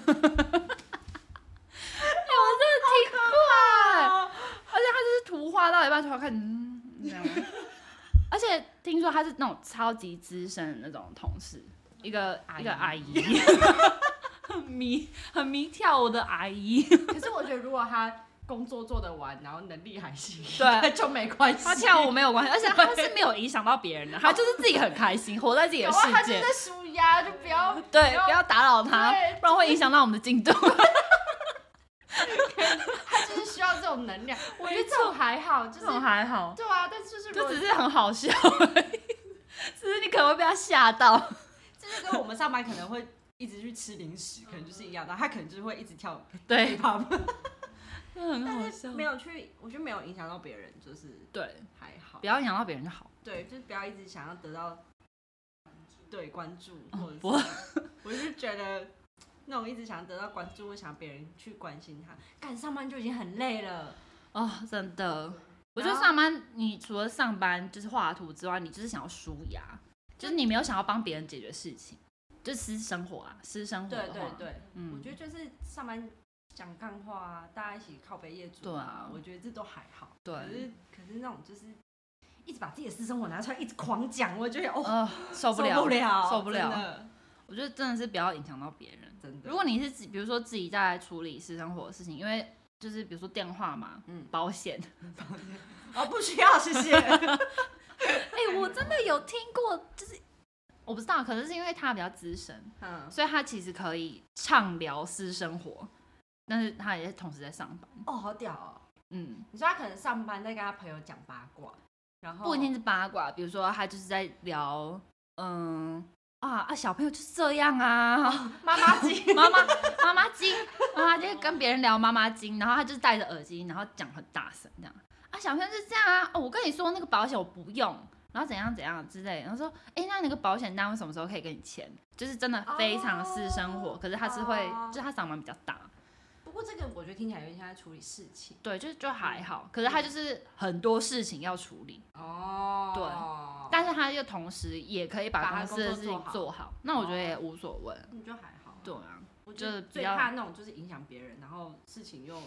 S1: 哎我真的听过哎，
S2: 啊，
S1: 而且他就是图画到一半突然看，嗯，这样。 <laughs> 而且听说他是那种超级资深的那种同事，一个一个阿姨，很迷很迷跳舞的阿姨。
S2: <laughs> 可是我觉得如果他工作做得完，然后能力还行，
S1: 对
S2: 就没关系，
S1: 他跳舞没有关系，而且 <laughs> 他是没有影响到别人的，啊他就是自己很开心，活在自己的
S2: 搞不好
S1: 世
S2: 啊他就
S1: 界
S2: 在。舒压，就
S1: <laughs>
S2: 不要
S1: 对，不要打扰他，
S2: 对
S1: 不然会影响到我们的进 <laughs> 度。
S2: 他就是需要这种能量。我觉得这种还好，就是
S1: 这种还好，
S2: 对啊，但是
S1: <laughs>
S2: 就是如
S1: 就
S2: 果
S1: 只是很好笑而已，只是你可能会被他吓到。
S2: 就是跟我们上班可能会一直去吃零食，可能就是一样的。他可能就是会一直跳
S1: 对，
S2: K-pop，
S1: <laughs> 很
S2: 但是没有去，我觉得没有影响到别人，就是
S1: 对，
S2: 还好
S1: 不。要影响到别人就好。
S2: 对，就是不要一直想要得到对关注，
S1: 嗯
S2: 或者
S1: 不会
S2: 是我就觉得那种一直想要得到关注，或想别人去关心他，干上班就已经很累了。
S1: 哦，真的，我觉得
S2: 然后
S1: 上班，你除了上班就是画图之外，你就是想要舒压，就是你没有想要帮别人解决事情，就私生活啊，私生活的
S2: 对
S1: 话，
S2: 对对，
S1: 嗯，
S2: 我觉得就是上班讲干话啊，大家一起靠背业主
S1: 对啊
S2: 我觉得这都还好。可
S1: 对，
S2: 是可是那种就是一直把自己的私生活拿出来，一直狂讲，我觉得哦。
S1: 呃，受不了，
S2: 不了，
S1: 受不了
S2: 真的，
S1: 我觉得真的是不要影响到别人。
S2: 真的
S1: 如果你是自比如说自己在处理私生活的事情，因为就是比如说电话嘛，
S2: 嗯
S1: 保险，
S2: 哦，不需要，谢
S1: <laughs>
S2: 谢。
S1: 哎、 <laughs> 我真的有听过，就是我不知道，可能是因为他比较资深，
S2: 嗯，
S1: 所以他其实可以畅聊私生活，但是他也是同时在上班。
S2: 哦，好屌哦！
S1: 嗯，
S2: 你说他可能上班在跟他朋友讲八卦，然后
S1: 不一定是八卦，比如说他就是在聊，嗯啊啊，小朋友就是这样啊， <laughs>
S2: 妈妈经
S1: 妈妈妈妈经，妈妈就跟别人聊妈妈经，然后他就是戴着耳机，然后讲很大声这样。啊，小朋友就是这样啊，哦，我跟你说那个保险我不用。然后怎样怎样之类的，然后说，哎，那那个保险单位什么时候可以给你签？就是真的非常私生活
S2: 哦
S1: 可是他是会
S2: 哦
S1: 就是他嗓门比较大，
S2: <laughs> 不过这个我觉得听起来有点像在处理事情
S1: 对，就就还好。可是他就是很多事情要处理，
S2: 哦，
S1: 但是他又同时也可以把
S2: 把他
S1: 公司的
S2: 工作
S1: 事情
S2: 做好
S1: 做好，那我觉得也无所谓。
S2: 嗯你就还好，
S1: 对啊，
S3: 我觉
S1: 就
S3: 得
S1: 是比
S3: 最
S1: 较
S3: 怕那种就是影响别人，然后事情又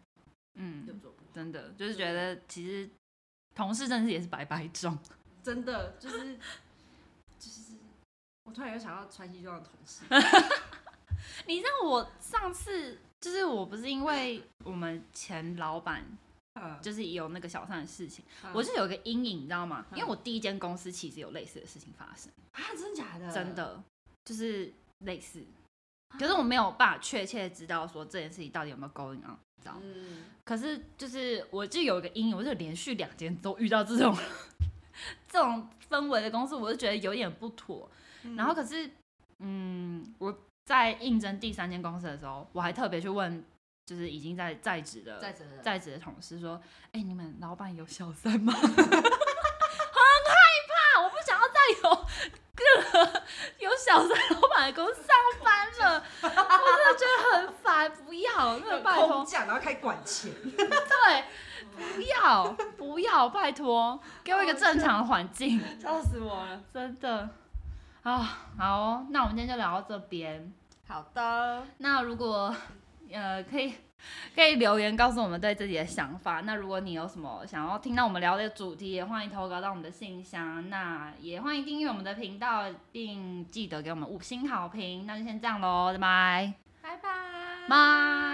S3: 又
S1: 嗯，
S3: 做不好，
S1: 真的就是觉得其实同事真的是也是百百种，
S3: 真的就是就是，我突然又想到穿西装的同
S1: <laughs>
S3: 事，
S1: 你知道我上次就是我不是因为我们前老板
S3: 嗯，
S1: 就是有那个小三的事情，
S3: 嗯
S1: 我就有一个阴影，你知道吗？因
S3: 嗯
S1: 为我第一间公司其实有类似的事情发生，
S3: 啊，真的假的？
S1: 真，的就是类似，
S3: 啊
S1: 可是我没有办法确切地知道说这件事情到底有没有 going on。
S3: 嗯，
S1: 可是就是我就有一个阴影，我就连续两间都遇到这种 <laughs> 这种氛围的公司，我就觉得有点不妥。然后可是，嗯，我在应征第三间公司的时候，我还特别去问，就是已经在在职的
S3: 在这
S1: 在职的同事说：“哎、你们老板有小三吗？”很害怕，我不想要再有任何有小三老板的公司上班了，我真的觉得很烦，不要，那个拜托
S3: 空，降，然后开始管钱，
S1: 对，不要，不要，拜托，给我一个正常的环境，
S3: 笑死我了。
S1: 真的。啊、好哦、那我们今天就聊到这边。
S3: 好的，
S1: 那如果呃可以可以留言告诉我们对自己的想法。那如果你有什么想要听到我们聊的主题，也欢迎投稿到我们的信箱。那也欢迎订阅我们的频道，并记得给我们五星好评。那就先这样喽，拜拜，
S3: 拜拜，
S1: 拜。